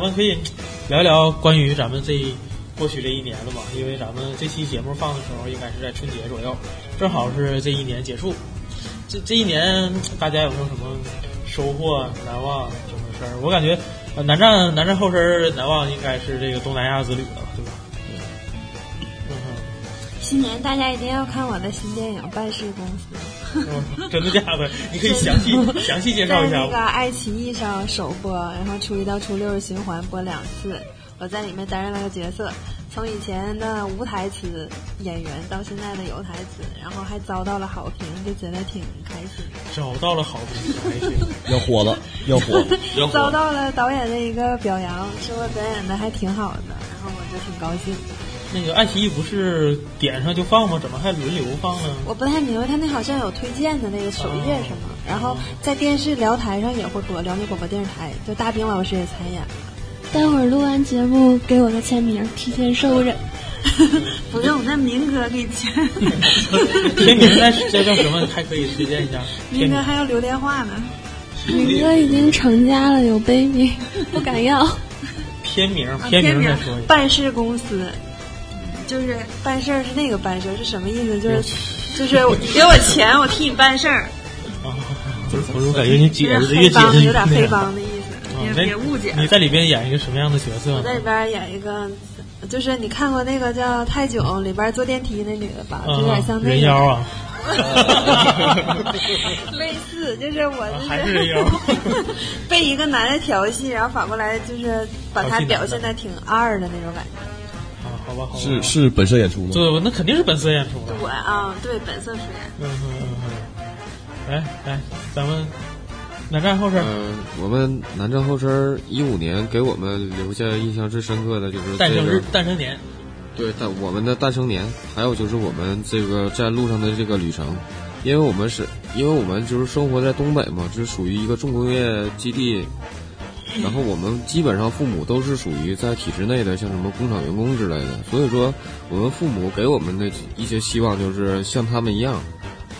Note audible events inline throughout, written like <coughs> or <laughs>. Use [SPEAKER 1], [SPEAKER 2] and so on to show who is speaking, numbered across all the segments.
[SPEAKER 1] 们可以聊聊关于咱们这过去这一年了嘛，因为咱们这期节目放的时候应该是在春节左右，正好是这一年结束。这这一年大家有没有什么收获、难忘什么事儿？我感觉呃南站南站后身儿难忘应该是这个东南亚之旅了，对吧？嗯哼
[SPEAKER 2] 新年大家一定要看我的新电影《办事公司》，
[SPEAKER 1] 嗯，真的假的？你可以详
[SPEAKER 2] <laughs>
[SPEAKER 1] 细详细介绍
[SPEAKER 2] 在
[SPEAKER 1] 一下
[SPEAKER 2] 那个
[SPEAKER 1] 吗。
[SPEAKER 2] 爱奇艺上首播，然后初一到初六循环播两次。我在里面担任了个角色，从以前的无台词演员到现在的有台词，然后还遭到了好评，就觉得挺开心。
[SPEAKER 1] 找到了好评，还行。
[SPEAKER 3] 要火了，要
[SPEAKER 4] <laughs>
[SPEAKER 3] 火了，
[SPEAKER 2] <laughs>
[SPEAKER 3] 要
[SPEAKER 2] 遭到了导演的一个表扬，说我表演的还挺好的，然后我就挺高兴。
[SPEAKER 1] 那个爱奇艺不是点上就放吗？怎么还轮流放呢？
[SPEAKER 2] 我不太明白，他那好像有推荐的那个首页什么，然后在电视聊台上也会播，辽宁广播电视台，就大兵老师也参演，
[SPEAKER 5] 待会儿录完节目给我个签名，提前收着。
[SPEAKER 2] 不用，那明哥
[SPEAKER 1] <laughs>
[SPEAKER 2] 给钱，
[SPEAKER 1] 天明在在叫什么？还可以推荐一下。天
[SPEAKER 2] 明
[SPEAKER 1] 明
[SPEAKER 2] 哥还要留电话呢。
[SPEAKER 1] 嗯
[SPEAKER 5] 明哥已经成家了，有 baby，
[SPEAKER 1] <laughs>
[SPEAKER 5] 不敢要。
[SPEAKER 1] 天明
[SPEAKER 2] 啊，
[SPEAKER 1] 天明
[SPEAKER 2] 明
[SPEAKER 1] 再说一下。
[SPEAKER 2] 办事公司，就是办事儿是那个办事儿是什么意思？就是就是你
[SPEAKER 1] <laughs>
[SPEAKER 2] 给我钱，我替你办事儿，
[SPEAKER 1] 啊
[SPEAKER 2] 哎
[SPEAKER 6] 我怎么感觉你解释的
[SPEAKER 2] 黑
[SPEAKER 6] 越解
[SPEAKER 2] 帮
[SPEAKER 6] 释
[SPEAKER 2] 有点黑
[SPEAKER 6] 越
[SPEAKER 2] 帮的意思，
[SPEAKER 1] 哦
[SPEAKER 2] 别别误解。
[SPEAKER 1] 你在里边演一个什么样的角色
[SPEAKER 2] 我？在里边演一个，就是你看过那个叫《泰囧》里边坐电梯那女的吧，就有点
[SPEAKER 1] 啊
[SPEAKER 2] 像，那个
[SPEAKER 1] 人妖，啊，
[SPEAKER 2] <laughs> 类似，就是我就是、
[SPEAKER 1] 哦还是人妖
[SPEAKER 2] <laughs> 被一个男的调戏，然后反过来就是把他
[SPEAKER 1] 调戏男的
[SPEAKER 2] 表现的挺二的那种感觉。
[SPEAKER 1] 啊，好吧，好吧。
[SPEAKER 3] 是，是本色演出吗？
[SPEAKER 1] 对，我那肯定是本色演出的。
[SPEAKER 2] 我啊，对，本色出演，
[SPEAKER 1] 嗯嗯嗯嗯。来来，咱们哪站后身？
[SPEAKER 4] 嗯、我们南站后身一五年给我们留下印象最深刻的就是
[SPEAKER 1] 诞
[SPEAKER 4] 这
[SPEAKER 1] 生日
[SPEAKER 4] 个，
[SPEAKER 1] 诞生年。
[SPEAKER 4] 对，但我们的诞生年，还有就是我们这个在路上的这个旅程，因为我们是，因为我们就是生活在东北嘛，就是属于一个重工业基地，然后我们基本上父母都是属于在体制内的，像什么工厂员工之类的，所以说我们父母给我们的一些希望就是像他们一样，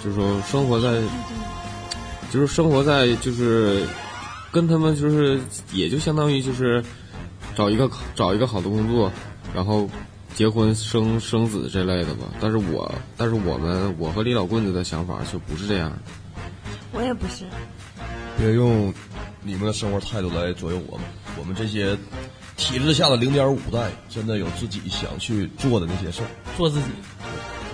[SPEAKER 4] 就是说生活在，就是生活在就是跟他们就是也就相当于就是找一个找一个好的工作，然后结婚生生子这类的吧。但是我但是我们我和李老棍子的想法就不是这样。
[SPEAKER 2] 我
[SPEAKER 1] 嗯
[SPEAKER 2] 也不是，
[SPEAKER 3] 别用你们的生活态度来左右我们，我们这些体制下的零点五代，真的有自己想去做的那些事儿。
[SPEAKER 1] 做自己，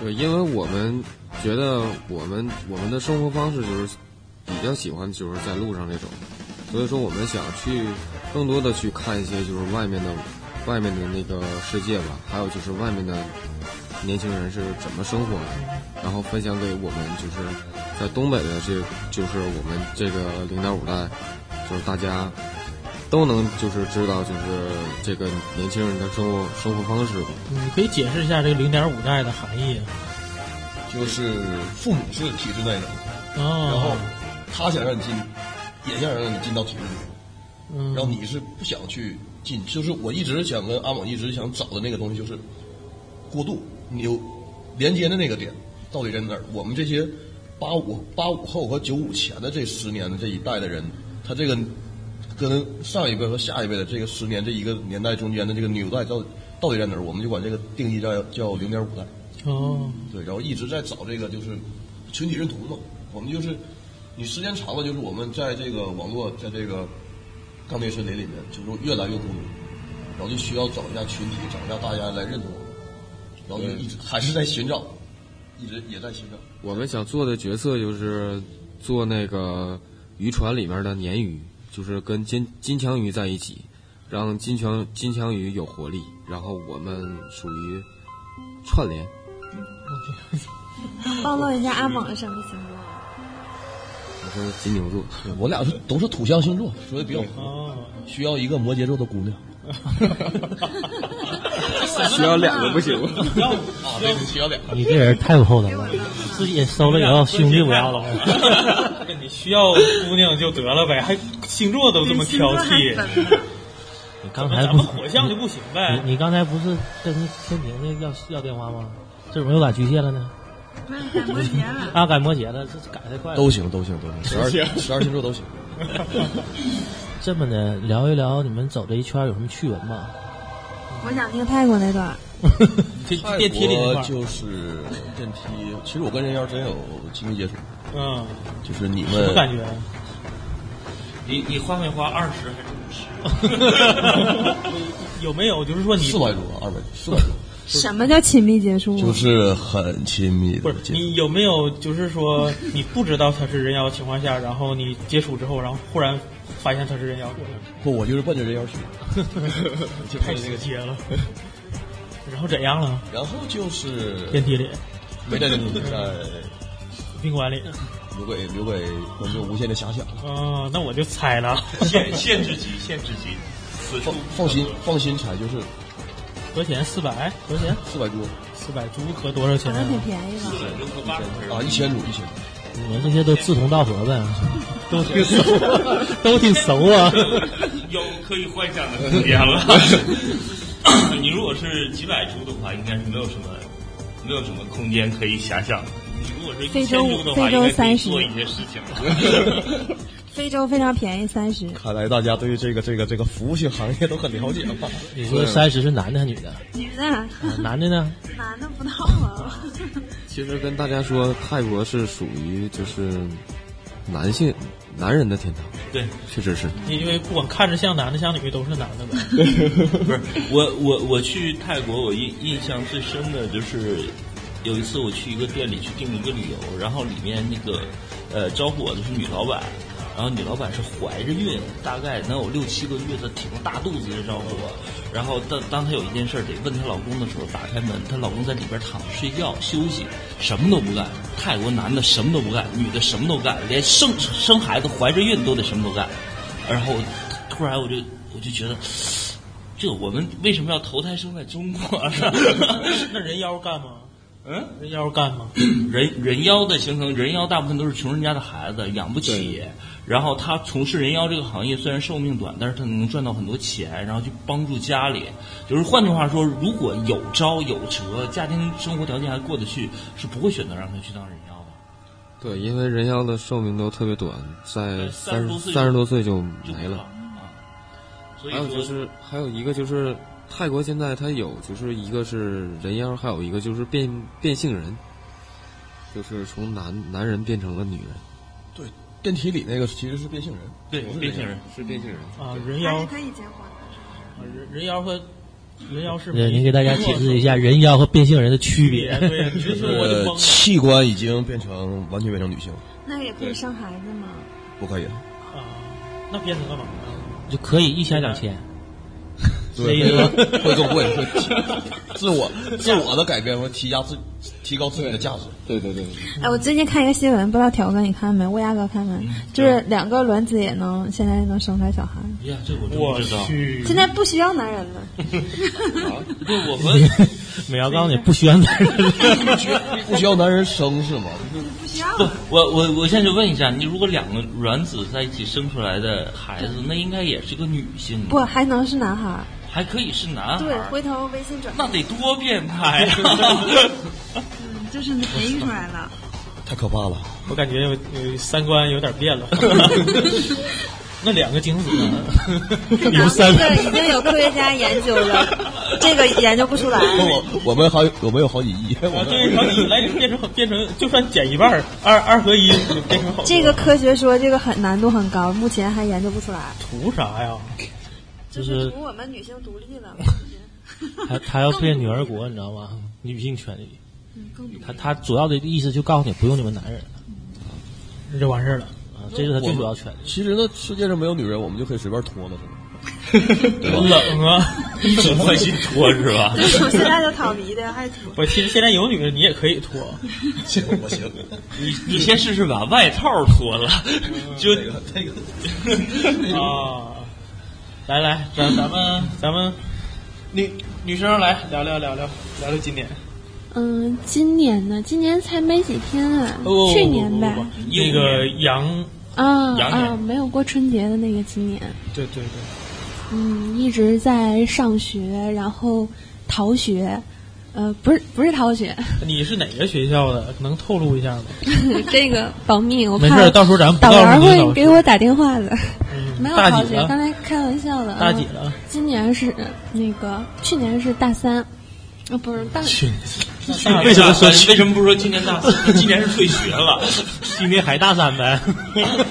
[SPEAKER 4] 对，因为我们觉得我们我们的生活方式就是比较喜欢就是在路上这种，所以说我们想去更多的去看一些就是外面的外面的那个世界吧，还有就是外面的年轻人是怎么生活的，然后分享给我们就是在东北的这就是我们这个零点五代，就是大家都能就是知道就是这个年轻人的生活生活方式吧。
[SPEAKER 1] 你嗯可以解释一下这个零点五代的含义。啊
[SPEAKER 3] 就是父母是体制内的，然后
[SPEAKER 1] 哦，
[SPEAKER 3] 他想让你进，也想让你进到体制内，
[SPEAKER 1] 嗯
[SPEAKER 3] 然后你是不想去进。就是我一直想跟阿猛一直想找的那个东西，就是过渡，你有连接的那个点到底在哪儿？我们这些八五八五后和九五前的这十年的这一代的人，他这个跟上一辈和下一辈的这个十年这一个年代中间的这个纽带到底到底在哪儿？我们就管这个定义叫叫零点五代。
[SPEAKER 1] 哦，
[SPEAKER 3] 对，然后一直在找这个就是群体认同嘛。我们就是你时间长了，就是我们在这个网络，在这个钢铁森林里面，就是越来越孤独，然后就需要找一下群体，找一下大家来认同我们，然后就一直还是在寻找，一直也在寻找。
[SPEAKER 4] 我们想做的角色就是做那个渔船里面的鲶鱼，就是跟金金枪鱼在一起，让金枪金枪鱼有活力。然后我们属于串联，
[SPEAKER 2] 暴露一下阿猛是什么星座？
[SPEAKER 4] 我是金牛座。 <laughs>
[SPEAKER 3] 我俩是都是土象星座，所以比较
[SPEAKER 1] 哦，
[SPEAKER 3] 需要一个摩羯座的姑娘。
[SPEAKER 4] 需要两个不行吗？ <laughs>
[SPEAKER 3] 啊，对，需要两个。
[SPEAKER 6] 你这人太不厚道了，自己也收了也要，兄弟不要了。 <laughs>
[SPEAKER 1] 那你需要姑娘就得了呗，还星座都这么挑剔，
[SPEAKER 6] 你
[SPEAKER 1] 咱
[SPEAKER 6] 刚
[SPEAKER 1] 们
[SPEAKER 6] 才
[SPEAKER 1] 咱
[SPEAKER 6] 不
[SPEAKER 1] 们火象就不行呗。
[SPEAKER 6] 你你刚才不是跟天平那要要电话吗？这怎么又改巨蟹了呢？
[SPEAKER 2] <laughs>
[SPEAKER 6] 啊，改摩羯了，这改太快了。
[SPEAKER 3] 都行，都行，都行，十二十二星座都行。
[SPEAKER 6] 这么的聊一聊你们走这一圈有什么趣闻吧？
[SPEAKER 2] 我想听泰国那段儿，
[SPEAKER 1] 这
[SPEAKER 3] 泰
[SPEAKER 1] 电梯里那
[SPEAKER 3] 国
[SPEAKER 1] 块儿，
[SPEAKER 3] 就是电梯，其实我跟人妖真有亲密接触，
[SPEAKER 1] 嗯，
[SPEAKER 3] 就是你
[SPEAKER 1] 什么
[SPEAKER 3] 们
[SPEAKER 1] 感觉？
[SPEAKER 7] 你你花没花二十还是五十？
[SPEAKER 1] <laughs> 有没有就是说你
[SPEAKER 3] 四百多，二百四百多，
[SPEAKER 2] 什么叫亲密接触啊？
[SPEAKER 3] 就是很亲密
[SPEAKER 1] 不
[SPEAKER 3] 的
[SPEAKER 1] 是
[SPEAKER 3] 接触。
[SPEAKER 1] 你有没有就是说你不知道他是人妖的情况下，然后你接触之后，然后忽然发现他是人妖，
[SPEAKER 3] 不，我就是奔着人 <laughs> 妖去的。
[SPEAKER 1] 太直接了。然后怎样了？
[SPEAKER 3] 然后就是
[SPEAKER 1] 电梯里、
[SPEAKER 3] 没在电梯，在
[SPEAKER 1] 宾馆里？
[SPEAKER 3] 留给留给观众无限的遐想。
[SPEAKER 1] 啊、
[SPEAKER 6] 哦
[SPEAKER 1] 那我就猜 <laughs> 了，
[SPEAKER 7] 限限制级，限制级，此处
[SPEAKER 3] 放放心，放心踩就是
[SPEAKER 1] 多少钱？四
[SPEAKER 6] 哎
[SPEAKER 1] 百？多少钱？
[SPEAKER 3] 四百多
[SPEAKER 1] 四百租合多少钱
[SPEAKER 2] 好
[SPEAKER 1] 啊、
[SPEAKER 2] 像挺便宜吧？
[SPEAKER 7] 对，就和八十分
[SPEAKER 3] 啊，一千多一千多。
[SPEAKER 6] 你们这些都志同道合
[SPEAKER 1] <laughs>
[SPEAKER 6] 呗，都挺熟，都挺熟啊。
[SPEAKER 7] 有可以幻想的空间了。 <coughs> 你如果是几百株的话，应该是没有什么没有什么空间可以遐想的。你如果是一千株的话，
[SPEAKER 2] 非洲
[SPEAKER 7] 应该可以
[SPEAKER 2] 非洲
[SPEAKER 7] 做一些事情
[SPEAKER 2] <laughs>
[SPEAKER 7] 了。 <laughs>
[SPEAKER 2] 非洲非常便宜，三十。
[SPEAKER 3] 看来大家对于这个这个这个服务性行业都很了解吧？
[SPEAKER 6] 你说三十是男的还是女的？啊
[SPEAKER 2] 女的，
[SPEAKER 6] 男的呢？
[SPEAKER 2] 男的不到啊。
[SPEAKER 4] 其实跟大家说，泰国是属于就是男性男人的天堂，
[SPEAKER 7] 对，
[SPEAKER 4] 确实是。
[SPEAKER 1] 因为不管看着像男的像女的都是男的
[SPEAKER 6] <laughs>
[SPEAKER 1] 呗。
[SPEAKER 7] 不是我我我去泰国，我印印象最深的就是有一次我去一个店里去订一个旅游，然后里面那个呃招呼我的是女老板，然后女老板是怀着孕，大概能有六七个月的挺着大肚子在招呼我，然后当当她有一件事儿得问她老公的时候，打开门，她老公在里边躺着睡觉休息，什么都不干。泰国男的什么都不干，女的什么都干，连生生孩子怀着孕都得什么都干。然后突然我就我就觉得。这我们为什么要投胎生在中国啊 <laughs> 呢？
[SPEAKER 1] 那人妖干吗？
[SPEAKER 7] 嗯，
[SPEAKER 1] 人妖干吗？
[SPEAKER 7] 人人妖的形成，人妖大部分都是穷人家的孩子，养不起。然后他从事人妖这个行业，虽然寿命短，但是他能赚到很多钱，然后去帮助家里。就是换句话说，如果有招有辙，家庭生活条件还过得去，是不会选择让他去当人妖的。
[SPEAKER 4] 对，因为人妖的寿命都特别短，在三
[SPEAKER 7] 30多
[SPEAKER 4] 十
[SPEAKER 7] 岁
[SPEAKER 4] 三十多岁就
[SPEAKER 7] 就
[SPEAKER 4] 没
[SPEAKER 7] 不好
[SPEAKER 4] 了。
[SPEAKER 7] 啊。所以
[SPEAKER 4] 还有
[SPEAKER 7] 说，
[SPEAKER 4] 就是，还有一个就是，泰国现在它有就是一个是人妖，还有一个就是变变性人，就是从男男人变成了女人。
[SPEAKER 3] <laughs> 对，电梯里那个其实是变性人，
[SPEAKER 7] 对
[SPEAKER 3] 我是
[SPEAKER 7] 变性人，
[SPEAKER 4] 是变性人。
[SPEAKER 1] 啊，人
[SPEAKER 2] 还是
[SPEAKER 1] 妖，啊
[SPEAKER 2] 可以结婚的。
[SPEAKER 1] 人人妖和人妖是
[SPEAKER 6] 对，您给大家解释一下人妖和变性人的区别。
[SPEAKER 1] 对呀，你这说我就
[SPEAKER 3] 呃，
[SPEAKER 1] 懵了。
[SPEAKER 3] 器官已经变成完全变成女性，
[SPEAKER 2] 那也可以生孩子吗？
[SPEAKER 1] 嗯
[SPEAKER 3] 不可以了。
[SPEAKER 1] 啊，那变成干嘛呢？
[SPEAKER 6] 就可以一千两千，
[SPEAKER 3] 对，
[SPEAKER 1] 所以说
[SPEAKER 3] <laughs> 会更贵，会提自我自我的改变会提压自提高自己的价值。
[SPEAKER 4] 对对对，
[SPEAKER 2] 哎，我最近看一个新闻，不知道条哥你看没？乌鸦哥看
[SPEAKER 1] 嗯
[SPEAKER 2] 没？就是两个卵子也能现在能生出来小孩，
[SPEAKER 7] 哎
[SPEAKER 1] 嗯
[SPEAKER 7] 呀，这我真
[SPEAKER 1] 我
[SPEAKER 7] 不知道。
[SPEAKER 1] 去，
[SPEAKER 2] 现在不需要男人了。
[SPEAKER 7] 对，我们
[SPEAKER 6] 美瑶告诉你不需要男人。
[SPEAKER 3] 不需要男人生是吗？
[SPEAKER 7] 不， <laughs> 我我我现在就问一下，你如果两个卵子在一起生出来的孩子，那应该也是个女性吧，
[SPEAKER 2] 不，还能是男孩儿。
[SPEAKER 7] 还可以是男
[SPEAKER 1] 嗯
[SPEAKER 7] 孩
[SPEAKER 2] 对，
[SPEAKER 7] 儿，
[SPEAKER 2] 回头微信转，
[SPEAKER 7] 那得多变态啊呀、 <laughs>
[SPEAKER 2] 就是培育出来
[SPEAKER 1] <laughs>
[SPEAKER 2] 了。
[SPEAKER 3] 太可怕了！
[SPEAKER 1] 我感觉有有三观有点变
[SPEAKER 3] <laughs>
[SPEAKER 1] 了。那两个精子呢？
[SPEAKER 6] 有三
[SPEAKER 2] 这已经有科学家研究
[SPEAKER 1] <laughs>
[SPEAKER 2] 了，这个研究不出来。
[SPEAKER 3] 我我们还有我们有好几亿，我
[SPEAKER 1] 啊，
[SPEAKER 3] 们
[SPEAKER 1] 对，然后你来变成变成，就算减一半儿，二二合一也变成好多。
[SPEAKER 2] 这个科学说这个很难度很高，目前还研究不出来。
[SPEAKER 1] 图啥呀？
[SPEAKER 2] 就
[SPEAKER 6] 就
[SPEAKER 2] 是图我们女性独立
[SPEAKER 1] <laughs>
[SPEAKER 2] 了。
[SPEAKER 6] 他他要变女儿国，你知道吗？女性权利。他他主要的意思就告诉你不用你们男人
[SPEAKER 1] 那就完事儿了。
[SPEAKER 6] 啊，这是他最主要权利。
[SPEAKER 3] 其实呢，世界上没有女人，我们就可以随便脱了，是吗？
[SPEAKER 1] 冷啊！
[SPEAKER 7] <laughs> 只关心脱是
[SPEAKER 6] <laughs>
[SPEAKER 7] 吧？
[SPEAKER 2] 我现在就躺离的，还图
[SPEAKER 1] <laughs> 我其实现在有女的，你也可以脱。
[SPEAKER 3] 我 <laughs> 行，
[SPEAKER 7] 你你先试试把外套脱了，
[SPEAKER 1] <laughs>
[SPEAKER 7] 就
[SPEAKER 3] 嗯这个
[SPEAKER 1] 啊，来来，咱咱们咱们女女生来聊聊聊聊聊聊今年，
[SPEAKER 5] 嗯，今年呢？今年才没几天啊，
[SPEAKER 1] 哦
[SPEAKER 5] 去年吧。
[SPEAKER 1] 那个杨，
[SPEAKER 5] 啊
[SPEAKER 7] 羊年
[SPEAKER 5] 啊，没有过春节的那个今年，
[SPEAKER 1] 对对对，
[SPEAKER 5] 嗯，一直在上学，然后逃学，呃，不是不是逃学， <laughs>
[SPEAKER 1] 你是哪个学校的？能透露一下吗？
[SPEAKER 5] 这个保密，我
[SPEAKER 1] 没
[SPEAKER 5] 怕
[SPEAKER 1] 事，到时候咱们不
[SPEAKER 5] 导
[SPEAKER 1] 告
[SPEAKER 5] 员
[SPEAKER 1] 诉你
[SPEAKER 5] 会
[SPEAKER 1] 老师。
[SPEAKER 5] 给我打电话的。
[SPEAKER 1] 嗯
[SPEAKER 5] 没有
[SPEAKER 1] 大
[SPEAKER 5] 逃
[SPEAKER 1] 几
[SPEAKER 5] 学
[SPEAKER 1] 了，
[SPEAKER 5] 刚才开玩笑的。
[SPEAKER 1] 大
[SPEAKER 5] 嗯
[SPEAKER 1] 几了？
[SPEAKER 5] 今年是呃那个，去年是大三，啊，不是大
[SPEAKER 6] 去
[SPEAKER 1] 大
[SPEAKER 6] 为什么说
[SPEAKER 7] 大三为什么不说今年大四？今年是退
[SPEAKER 1] <laughs>
[SPEAKER 7] 学了，
[SPEAKER 6] 今年还大三呗？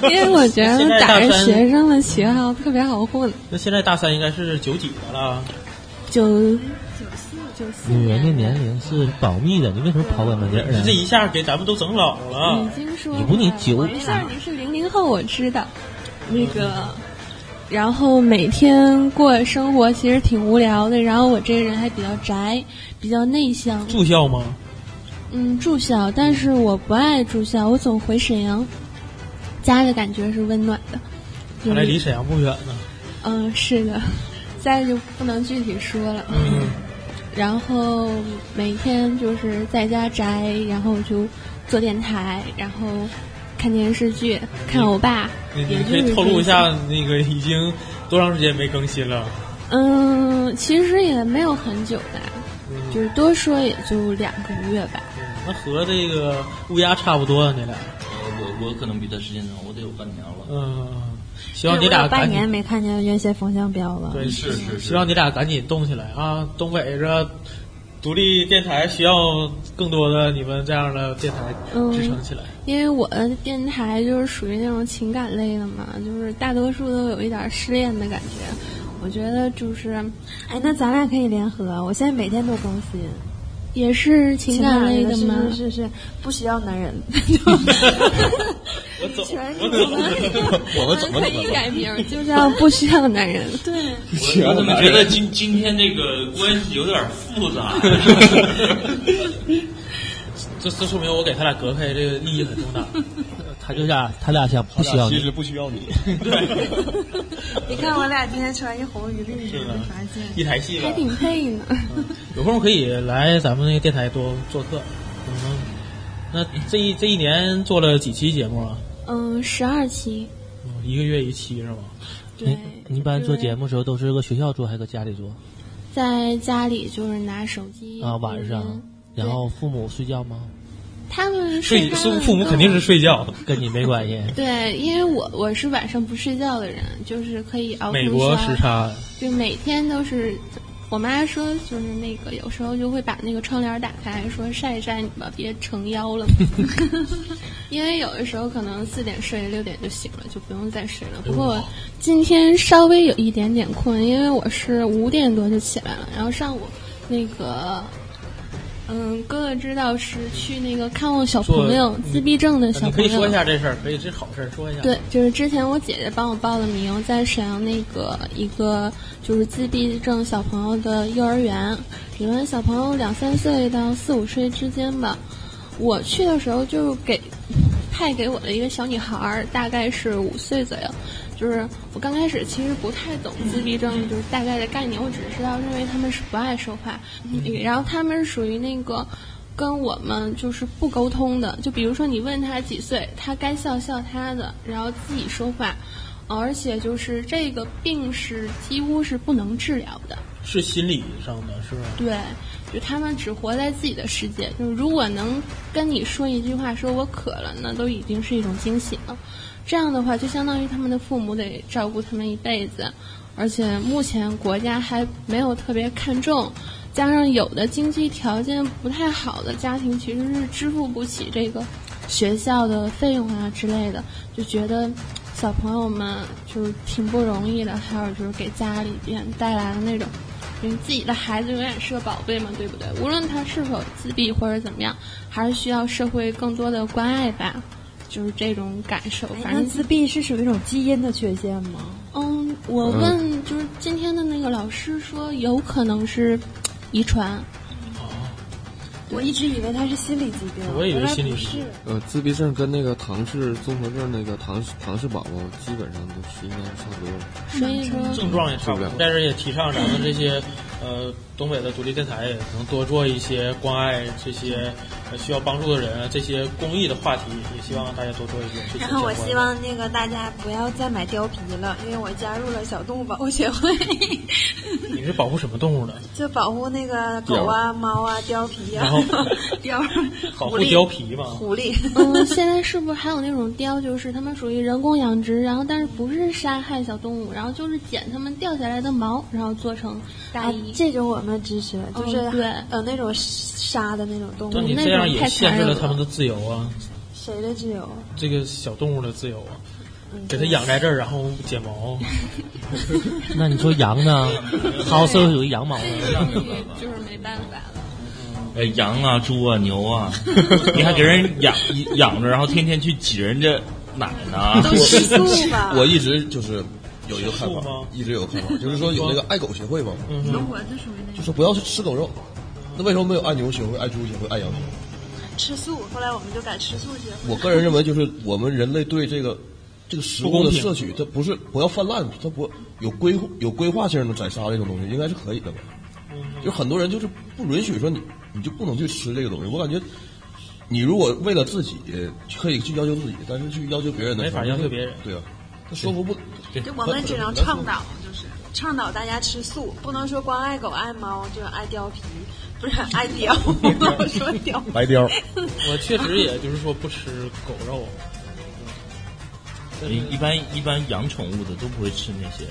[SPEAKER 5] 因为我觉
[SPEAKER 1] 现在
[SPEAKER 5] 得
[SPEAKER 1] 大
[SPEAKER 5] 打着
[SPEAKER 1] 三
[SPEAKER 5] 学生的旗号特别好混，
[SPEAKER 1] 那现在大三应该是九几年了？
[SPEAKER 5] 就
[SPEAKER 6] 你人家年龄是保密的，你为什么刨我们底
[SPEAKER 7] 啊
[SPEAKER 6] 儿呢
[SPEAKER 1] 这？一下给咱们都整老了
[SPEAKER 5] 已。经说
[SPEAKER 6] 你不你九啊
[SPEAKER 5] 我没事儿，你是零零后，我知道。那个，然后每天过生活其实挺无聊的。然后我这个人还比较宅，比较内向。
[SPEAKER 1] 住校吗？
[SPEAKER 5] 嗯，住校，但是我不爱住校，我总回沈阳，家的感觉是温暖的。
[SPEAKER 1] 看
[SPEAKER 5] 有
[SPEAKER 1] 来离沈阳不远呢。
[SPEAKER 5] 嗯，是的，再就不能具体说了。
[SPEAKER 1] 嗯，
[SPEAKER 5] <laughs> 然后每天就是在家宅，然后就做电台，然后看电视剧，看欧巴。
[SPEAKER 1] 嗯你
[SPEAKER 5] 也
[SPEAKER 1] 你
[SPEAKER 5] 就
[SPEAKER 1] 可以
[SPEAKER 5] 是
[SPEAKER 1] 透露一
[SPEAKER 5] 这
[SPEAKER 1] 下，那个已经多长时间没更新了？
[SPEAKER 5] 嗯，其实也没有很久吧，
[SPEAKER 1] 嗯
[SPEAKER 5] 就是多说也就两个月吧。
[SPEAKER 1] 嗯那和这个乌鸦差不多啊，你俩。
[SPEAKER 7] 我我可能比他时间长，我得有半年了。
[SPEAKER 1] 嗯，希
[SPEAKER 2] 对
[SPEAKER 1] 望你
[SPEAKER 2] 我
[SPEAKER 1] 俩
[SPEAKER 2] 有半
[SPEAKER 1] 赶紧
[SPEAKER 2] 年没看见原先风向标了。
[SPEAKER 1] 对，
[SPEAKER 7] <laughs> 是是是
[SPEAKER 1] 希望你俩赶紧动起来啊！东北这独立电台需要更多的你们这样的电台
[SPEAKER 5] 嗯
[SPEAKER 1] 支撑起来。
[SPEAKER 5] 因为我的电台就是属于那种情感类的嘛，就是大多数都有一点失恋的感觉。我觉得就是
[SPEAKER 2] 哎，那咱俩可以联合，我现在每天都更新。
[SPEAKER 5] 也是情感类的嘛，
[SPEAKER 2] 是是是，不需要男 <laughs> 人。
[SPEAKER 1] 我走，
[SPEAKER 2] 全是
[SPEAKER 1] 我
[SPEAKER 2] 我
[SPEAKER 1] 走。
[SPEAKER 2] 们
[SPEAKER 3] 我们怎么
[SPEAKER 5] <laughs> 可
[SPEAKER 3] 怎么
[SPEAKER 5] 以改名，
[SPEAKER 1] <laughs>
[SPEAKER 5] 就叫不需要男人。
[SPEAKER 2] 对，
[SPEAKER 7] 我我怎么觉得今今天这个关系有点复杂？ <laughs>
[SPEAKER 1] 这这说明我给他俩隔开这个意义很重 <laughs> 大。
[SPEAKER 6] 他就想，他俩想不需要
[SPEAKER 3] 其
[SPEAKER 6] 你，
[SPEAKER 3] 实不需要你，
[SPEAKER 2] 你看我俩今天穿一红一绿，
[SPEAKER 1] 是
[SPEAKER 2] 你
[SPEAKER 1] 的
[SPEAKER 2] 没发现？
[SPEAKER 1] 一台戏
[SPEAKER 5] 还
[SPEAKER 1] 了，
[SPEAKER 5] 挺配呢，
[SPEAKER 1] 有空可以来咱们那个电台多做客。嗯，那这一这一年做了几期节目啊？
[SPEAKER 5] <laughs> 嗯，十二期，
[SPEAKER 1] 嗯一个月一期是吗？
[SPEAKER 5] 对，
[SPEAKER 1] 嗯
[SPEAKER 6] 你一般做节目的时候都是搁学校做还是搁家里
[SPEAKER 1] 啊
[SPEAKER 6] 做
[SPEAKER 5] 在家里就是拿手机
[SPEAKER 6] 啊？晚上，然后父母睡觉吗？
[SPEAKER 5] 他们
[SPEAKER 1] 睡，
[SPEAKER 5] 他
[SPEAKER 1] 父
[SPEAKER 5] 们
[SPEAKER 1] 父母
[SPEAKER 5] 更
[SPEAKER 1] 肯定是睡觉。
[SPEAKER 6] 跟你没关系。
[SPEAKER 5] 对，因为我我是晚上不睡觉的人，就是可以熬通
[SPEAKER 1] 美
[SPEAKER 5] 宵，
[SPEAKER 1] 国时差，
[SPEAKER 5] 就每天都是。我妈说，就是那个有时候就会把那个窗帘打开，说晒一晒你吧，别撑腰
[SPEAKER 1] <laughs>
[SPEAKER 5] 了。因为有的时候可能四点睡，六点就醒了，就不用再睡
[SPEAKER 1] 嗯
[SPEAKER 5] 了。不过我今天稍微有一点点困，因为我是五点多就起来了，然后上午那个。嗯，哥哥知道是去那个看望小朋友
[SPEAKER 1] 做，
[SPEAKER 5] 自闭症的小
[SPEAKER 1] 你
[SPEAKER 5] 朋
[SPEAKER 1] 可
[SPEAKER 5] 友。
[SPEAKER 1] 以说一下这事儿，可以这好事儿说一下。
[SPEAKER 5] 对，就是之前我姐姐帮我报的名，我在沈阳那个一个就是自闭症小朋友的幼儿园，里面小朋友两三岁到四五岁之间吧。我去的时候就给派给我的一个小女孩儿，大概是五岁左右。就是我刚开始其实不太懂自闭症，就是大概的概念，我只知道认为他们是不爱说话，然后他们属于那个跟我们就是不沟通的，就比如说你问他几岁，他该笑笑他的，然后自己说话，而且就是这个病是几乎是不能治疗的，
[SPEAKER 1] 是心理上的，是吧？
[SPEAKER 5] 对，就他们只活在自己的世界。就是如果能跟你说一句话，说我渴了，那都已经是一种惊喜了。这样的话，就相当于他们的父母得照顾他们一辈子，而且目前国家还没有特别看重，加上有的经济条件不太好的家庭其实是支付不起这个学校的费用啊之类的，就觉得。小朋友们就是挺不容易的，还有就是给家里边带来的那种你自己的孩子永远是个宝贝嘛，对不对？无论他是否自闭或者怎么样，还是需要社会更多的关爱吧，就是这种感受。反
[SPEAKER 2] 哎那
[SPEAKER 5] 正
[SPEAKER 2] 自闭是属于一种基因的缺陷吗？
[SPEAKER 5] 嗯，我问就是今天的那个老师说，有可能是遗传，
[SPEAKER 2] 我一直以为他是心理疾病，
[SPEAKER 1] 我也以为
[SPEAKER 2] 原来
[SPEAKER 1] 心理
[SPEAKER 2] 不
[SPEAKER 1] 疾
[SPEAKER 2] 是
[SPEAKER 1] 病。
[SPEAKER 4] 呃，自闭症跟那个唐氏综合症那个唐氏唐氏宝宝基本上都是应该是差不多的。
[SPEAKER 5] 所以说
[SPEAKER 1] 症状也差不多。在这儿也提倡咱们这些呃，东北的独立电台也能多做一些关爱这些呃需要帮助的人啊，这些公益的话题，也希望大家多做一些这些
[SPEAKER 2] 然
[SPEAKER 1] 相
[SPEAKER 2] 后我
[SPEAKER 1] 关的。
[SPEAKER 2] 希望那个大家不要再买貂皮了，因为我加入了小动物保护协会， <laughs>
[SPEAKER 1] 你是保护什么动物的？
[SPEAKER 2] 就保护那个狗啊、猫啊、貂皮啊
[SPEAKER 1] 然后、
[SPEAKER 2] <laughs> 貂、
[SPEAKER 1] <laughs> 保
[SPEAKER 2] 狐
[SPEAKER 1] 护
[SPEAKER 2] 狸、
[SPEAKER 1] 貂皮嘛。
[SPEAKER 2] 狐狸。
[SPEAKER 5] <laughs> 嗯，现在是不是还有那种貂，就是他们属于人工养殖，然后但是不是杀害小动物，然后就是剪它们掉下来的毛，然后做成大
[SPEAKER 2] 啊
[SPEAKER 5] 衣。，
[SPEAKER 2] 这种我们支持，就是、
[SPEAKER 5] 嗯对
[SPEAKER 2] 呃那种杀的那种动
[SPEAKER 1] 那
[SPEAKER 2] 物，
[SPEAKER 1] 你
[SPEAKER 5] 那
[SPEAKER 1] 这样
[SPEAKER 5] 种
[SPEAKER 1] 也
[SPEAKER 5] 太
[SPEAKER 1] 限制了
[SPEAKER 5] 残忍
[SPEAKER 1] 他们
[SPEAKER 5] 了
[SPEAKER 1] 的自由啊，
[SPEAKER 2] 谁的自由？
[SPEAKER 1] 这个小动物的自由啊，
[SPEAKER 2] 嗯
[SPEAKER 1] 给它养在这儿，然后剪毛，
[SPEAKER 6] 那你说羊呢？薅社会主义羊毛呢？
[SPEAKER 5] 就是没办法了，
[SPEAKER 7] 呃，羊啊、猪啊、牛啊，你还给人养 <laughs> 养着，然后天天去挤人家奶呢？
[SPEAKER 2] 都吃素吧？
[SPEAKER 3] 我一直就是有一个看
[SPEAKER 1] 吃素
[SPEAKER 3] 法
[SPEAKER 1] 吗，
[SPEAKER 3] 一直有个看法，就是说有那个爱狗协会嘛，
[SPEAKER 8] 我就属于那
[SPEAKER 3] 就
[SPEAKER 8] 种
[SPEAKER 3] 说不要去吃狗肉。那为什么没有爱牛协会、爱猪协会、爱羊协会？
[SPEAKER 2] 吃素，后来我们就改吃素去。
[SPEAKER 3] 我个人认为，就是我们人类对这个这个食物的摄取，它不是不要泛滥，它不有规有规划性的宰杀这种东西，应该是可以的吧？
[SPEAKER 1] 嗯
[SPEAKER 3] 就很多人就是不允许说你你就不能去吃这个东西。我感觉，你如果为了自己可以去要求自己，但是去要求别人的时候，
[SPEAKER 1] 没法要求别人
[SPEAKER 3] 对啊，他说服不，
[SPEAKER 2] 就我们只能倡导，就是倡导大家吃素，不能说光爱狗爱猫，就是爱貂皮，不是爱 <laughs> 貂，我说貂皮。
[SPEAKER 3] 白貂。
[SPEAKER 1] 我确实也就是说不吃狗肉，
[SPEAKER 7] 一般一般养宠物的都不会吃那些。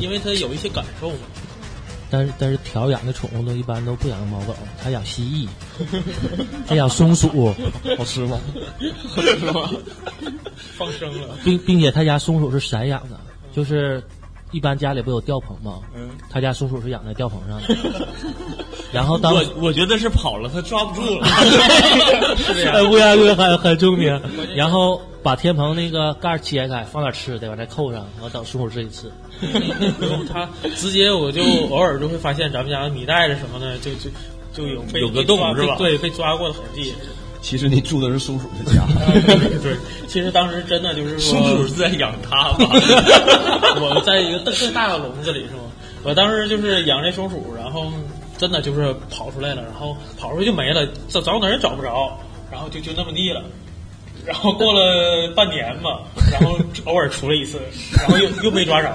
[SPEAKER 1] 因为它有一些感受嘛。
[SPEAKER 6] 但是但是调养的宠物都一般都不养猫狗，还养蜥蜴，还养
[SPEAKER 1] <laughs>
[SPEAKER 6] 松鼠，好吃吗？
[SPEAKER 1] 是吧？放生了，
[SPEAKER 6] 并并且他家松鼠是散养的，就是一般家里不有吊棚吗？
[SPEAKER 1] 嗯
[SPEAKER 6] 他家松鼠是养在吊棚上的。然后
[SPEAKER 1] <laughs>
[SPEAKER 6] 当
[SPEAKER 7] 我我觉得是跑了，它抓不住了。
[SPEAKER 6] 哎， <laughs> 乌鸦哥很很聪明，然后把天棚那个盖儿揭开，放点吃的，把它扣上，然后等松鼠自己吃。
[SPEAKER 1] <laughs> 他直接我就偶尔就会发现咱们家的米袋子什么的，就就就有被
[SPEAKER 7] 有个洞
[SPEAKER 1] 被抓
[SPEAKER 7] 是吧
[SPEAKER 1] 对，被抓过的痕
[SPEAKER 7] <laughs>
[SPEAKER 1] 迹。
[SPEAKER 3] 其实你住的是松鼠的家，
[SPEAKER 1] 对，其实当时真的就是说，
[SPEAKER 7] 松鼠
[SPEAKER 1] <laughs>
[SPEAKER 7] 是在养它吧？
[SPEAKER 1] 我在一个更大的笼子里是吗？我当时就是养这松鼠，然后真的就是跑出来了，然后跑出去就没了，找找哪儿也找不着，然后就就那么地了。然后过了半年吧，然后偶尔出来一次，然后
[SPEAKER 7] <laughs>
[SPEAKER 1] 又又没抓着，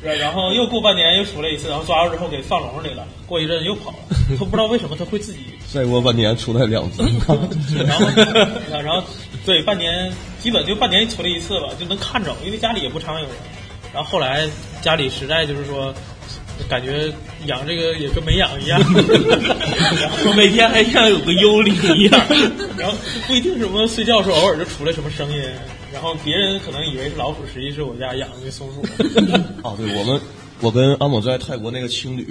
[SPEAKER 1] 然然后又过半年又出来一次，然后抓着之后给放笼里了，过一阵又跑了，
[SPEAKER 7] <laughs>
[SPEAKER 1] 都不知道为什么它会自己
[SPEAKER 3] 再过半年出来两只，
[SPEAKER 1] 然后，然后， <laughs> 对，半年基本就半年出来一次吧，就能看着，因为家里也不常有人。然后后来家里实在就是说，感觉养这个也跟没养一样， <laughs> 然后
[SPEAKER 7] 我每天还像有个幽灵一样。
[SPEAKER 1] 然后不一定什么睡觉的时候偶尔就出来什么声音，然后别人可能以为是老虎，实际是我家养的那松鼠。 <laughs>
[SPEAKER 3] 哦，对，我们我跟阿某在泰国那个青旅，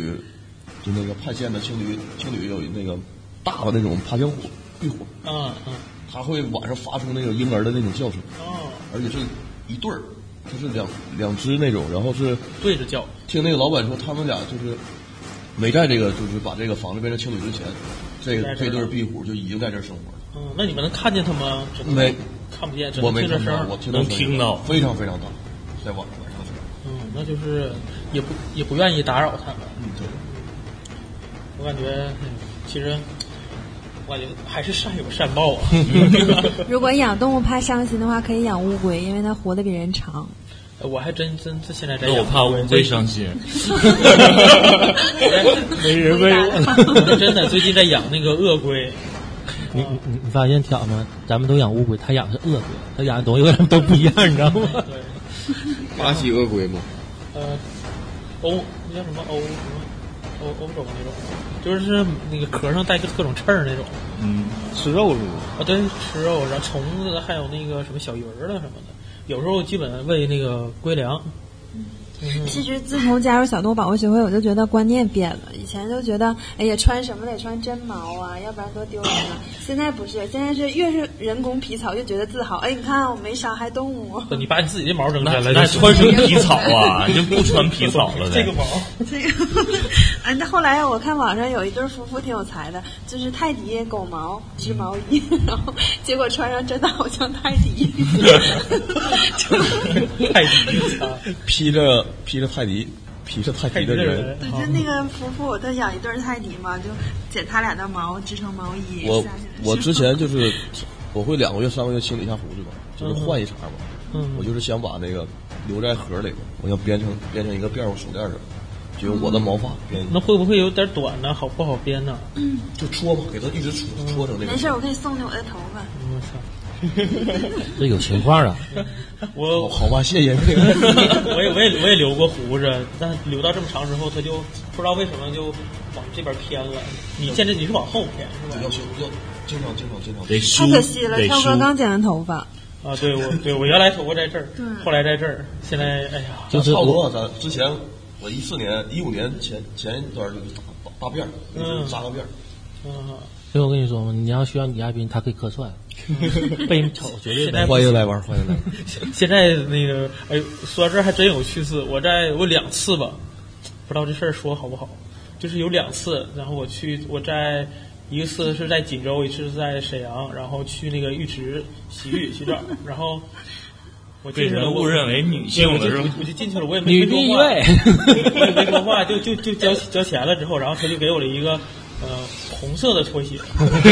[SPEAKER 3] 就那个派县的青旅，青旅有那个大的那种爬墙虎、壁虎，
[SPEAKER 1] 啊嗯
[SPEAKER 3] 它会晚上发出那个婴儿的那种叫声，
[SPEAKER 1] 哦，
[SPEAKER 3] 而且是一对儿，就是两两只那种。然后是
[SPEAKER 1] 对着叫，
[SPEAKER 3] 听那个老板说，他们俩就是没在这个就是把这个房子变成青旅之前，
[SPEAKER 1] 在
[SPEAKER 3] 这个
[SPEAKER 1] 这儿
[SPEAKER 3] 这对儿
[SPEAKER 1] 了
[SPEAKER 3] 壁虎就已经在这儿生活了。
[SPEAKER 1] 嗯，那你们能看见它吗？只能
[SPEAKER 3] 没，
[SPEAKER 1] 看不见，只
[SPEAKER 3] 我
[SPEAKER 1] 能
[SPEAKER 3] 没
[SPEAKER 1] 听着
[SPEAKER 3] 看
[SPEAKER 1] 声
[SPEAKER 3] 到
[SPEAKER 1] 儿，。
[SPEAKER 3] 我听
[SPEAKER 7] 能
[SPEAKER 3] 声音
[SPEAKER 7] 听到
[SPEAKER 3] 非常非常大，在晚上晚上的时候。
[SPEAKER 1] 嗯，那就是也不也不愿意打扰它们。
[SPEAKER 3] 嗯，对。
[SPEAKER 1] 我感觉，嗯其实我感觉还是善有善报啊。 <laughs>
[SPEAKER 2] 如果养动物怕伤心的话，可以养乌龟，因为它活得比人长。
[SPEAKER 1] 我还真真这现在在
[SPEAKER 7] 那我
[SPEAKER 1] 养
[SPEAKER 7] 怕乌龟伤心。
[SPEAKER 6] 没人喂 <laughs>
[SPEAKER 1] 我真的最近在养那个鳄龟，
[SPEAKER 6] 你你
[SPEAKER 1] 啊
[SPEAKER 6] 你你发现挑吗？咱们都养乌龟，他养的是鳄龟，他养的东西为什么都不一样？你知道吗？ <laughs>
[SPEAKER 1] 对，
[SPEAKER 4] 巴西鳄龟嘛，
[SPEAKER 1] 呃，欧那叫什么欧什么欧欧种那种，就是那个壳上带个各种刺儿那种。
[SPEAKER 7] 嗯，
[SPEAKER 4] 吃肉是吗？
[SPEAKER 1] 啊，对，吃肉，然后虫子，还有那个什么小鱼儿了啊什么的。有时候基本喂那个龟粮，
[SPEAKER 2] 其实自从加入小动物保护协会，我就觉得观念变了。以前就觉得，哎呀，穿什么得穿真毛啊，要不然多丢人啊。现在不是，现在是越是人工皮草，越觉得自豪。哎，你看我没伤害动物。
[SPEAKER 1] 你把你自己的毛扔下来，
[SPEAKER 7] 那那
[SPEAKER 1] 就
[SPEAKER 7] 穿成皮草啊，就不穿皮草了
[SPEAKER 1] 这
[SPEAKER 7] 呗
[SPEAKER 1] 个。毛，
[SPEAKER 2] 这个， <laughs> 哎，那后来我看网上有一对夫妇挺有才的，就是泰迪狗毛织毛衣， <laughs> 然后结果穿上真的好像泰迪。 <laughs>
[SPEAKER 1] 太低了。
[SPEAKER 3] 披着披着泰迪，披着泰
[SPEAKER 1] 泰
[SPEAKER 3] 迪
[SPEAKER 1] 迪
[SPEAKER 3] 的
[SPEAKER 1] 的
[SPEAKER 3] 人
[SPEAKER 1] 人，，
[SPEAKER 2] 对，
[SPEAKER 1] 啊
[SPEAKER 2] <laughs> 就那个夫妇，他养一对儿泰迪嘛，就剪他俩的毛织成毛衣。
[SPEAKER 3] 我
[SPEAKER 2] 下去
[SPEAKER 3] 我之前就是我会两个月三个月清理一下胡子嘛，就是换一茬嘛。
[SPEAKER 1] 嗯
[SPEAKER 3] 我就是想把那个留在盒里嘛，我想编成编成一个辫儿或手链儿什么的，就用我的毛发编，
[SPEAKER 6] 嗯
[SPEAKER 1] 那会不会有点短呢？好不好编呢？
[SPEAKER 3] 就戳嘛，给它一直戳
[SPEAKER 6] 嗯
[SPEAKER 3] 戳成这个
[SPEAKER 2] 没。事，我可以送你我的头发。
[SPEAKER 1] 我操！
[SPEAKER 6] 这有情况啊，
[SPEAKER 1] 我
[SPEAKER 3] 好哦好吧，谢
[SPEAKER 1] <laughs>
[SPEAKER 3] 谢。<laughs>
[SPEAKER 1] 我也我也我也留过胡子，但留到这么长之后，它就不知道为什么就往这边偏了。你现在你是往后偏是吧
[SPEAKER 3] 要？修要经常经常经常
[SPEAKER 7] 得梳
[SPEAKER 2] 太可惜了，
[SPEAKER 7] 得
[SPEAKER 2] 超
[SPEAKER 7] 梳
[SPEAKER 2] 哥刚剪完头发，
[SPEAKER 1] 啊，对我对我原来头发在这儿
[SPEAKER 2] 对，
[SPEAKER 1] 后来在这儿，现在哎呀，
[SPEAKER 6] 就是
[SPEAKER 3] 差不多
[SPEAKER 6] 我
[SPEAKER 3] 啊。咱之前我一四年一五年前前一段就是大大辫儿，就是扎个辫儿，
[SPEAKER 1] 嗯，
[SPEAKER 6] 所以我跟你说嘛，你要需要女嘉宾，她可以客串，被你瞅绝对
[SPEAKER 1] 现在
[SPEAKER 6] 的。
[SPEAKER 1] 欢
[SPEAKER 3] 迎来玩，欢迎来玩。
[SPEAKER 1] <laughs> 现在那个哎呦，说到这儿还真有趣事，我在我两次吧，不知道这事儿说好不好，就是有两次，然后我去我在。一次是在锦州，一次是在沈阳，然后去那个浴池洗浴洗澡，然后我
[SPEAKER 7] 被
[SPEAKER 1] 进去了，
[SPEAKER 7] 人
[SPEAKER 1] 我
[SPEAKER 7] 误认为女
[SPEAKER 1] 对我就
[SPEAKER 7] 性的是吧？
[SPEAKER 1] 我就进去了，我也没
[SPEAKER 6] 女
[SPEAKER 1] 没说
[SPEAKER 6] 帝
[SPEAKER 1] 话，
[SPEAKER 6] 位
[SPEAKER 1] 我也没说话，就就就交交钱了之后，然后他就给我了一个呃红色的拖鞋， <laughs>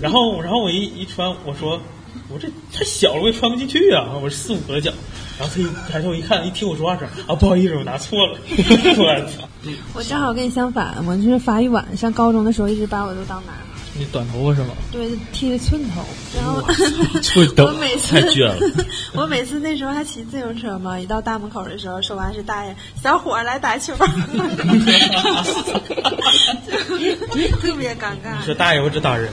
[SPEAKER 1] 然后然后我一一穿，我说我这太小了，我也穿不进去啊，我是四五个脚，然后他一抬头一看，一听我说话声啊，不好意思，我拿错了， <laughs> 我操，
[SPEAKER 2] 我正好跟你相反，我就是法语晚上高中的时候一直把我都当男孩，
[SPEAKER 1] 你短头发是吗？
[SPEAKER 2] 对，剃的寸头，然后
[SPEAKER 7] 寸头
[SPEAKER 2] 我每次
[SPEAKER 7] 太倔了，
[SPEAKER 2] <laughs> 我每次那时候还骑自行车嘛，一到大门口的时候，收完是大爷，小伙儿 <laughs> 来打球，特别尴
[SPEAKER 1] 你
[SPEAKER 2] 尬。
[SPEAKER 1] 说大爷，我只打人，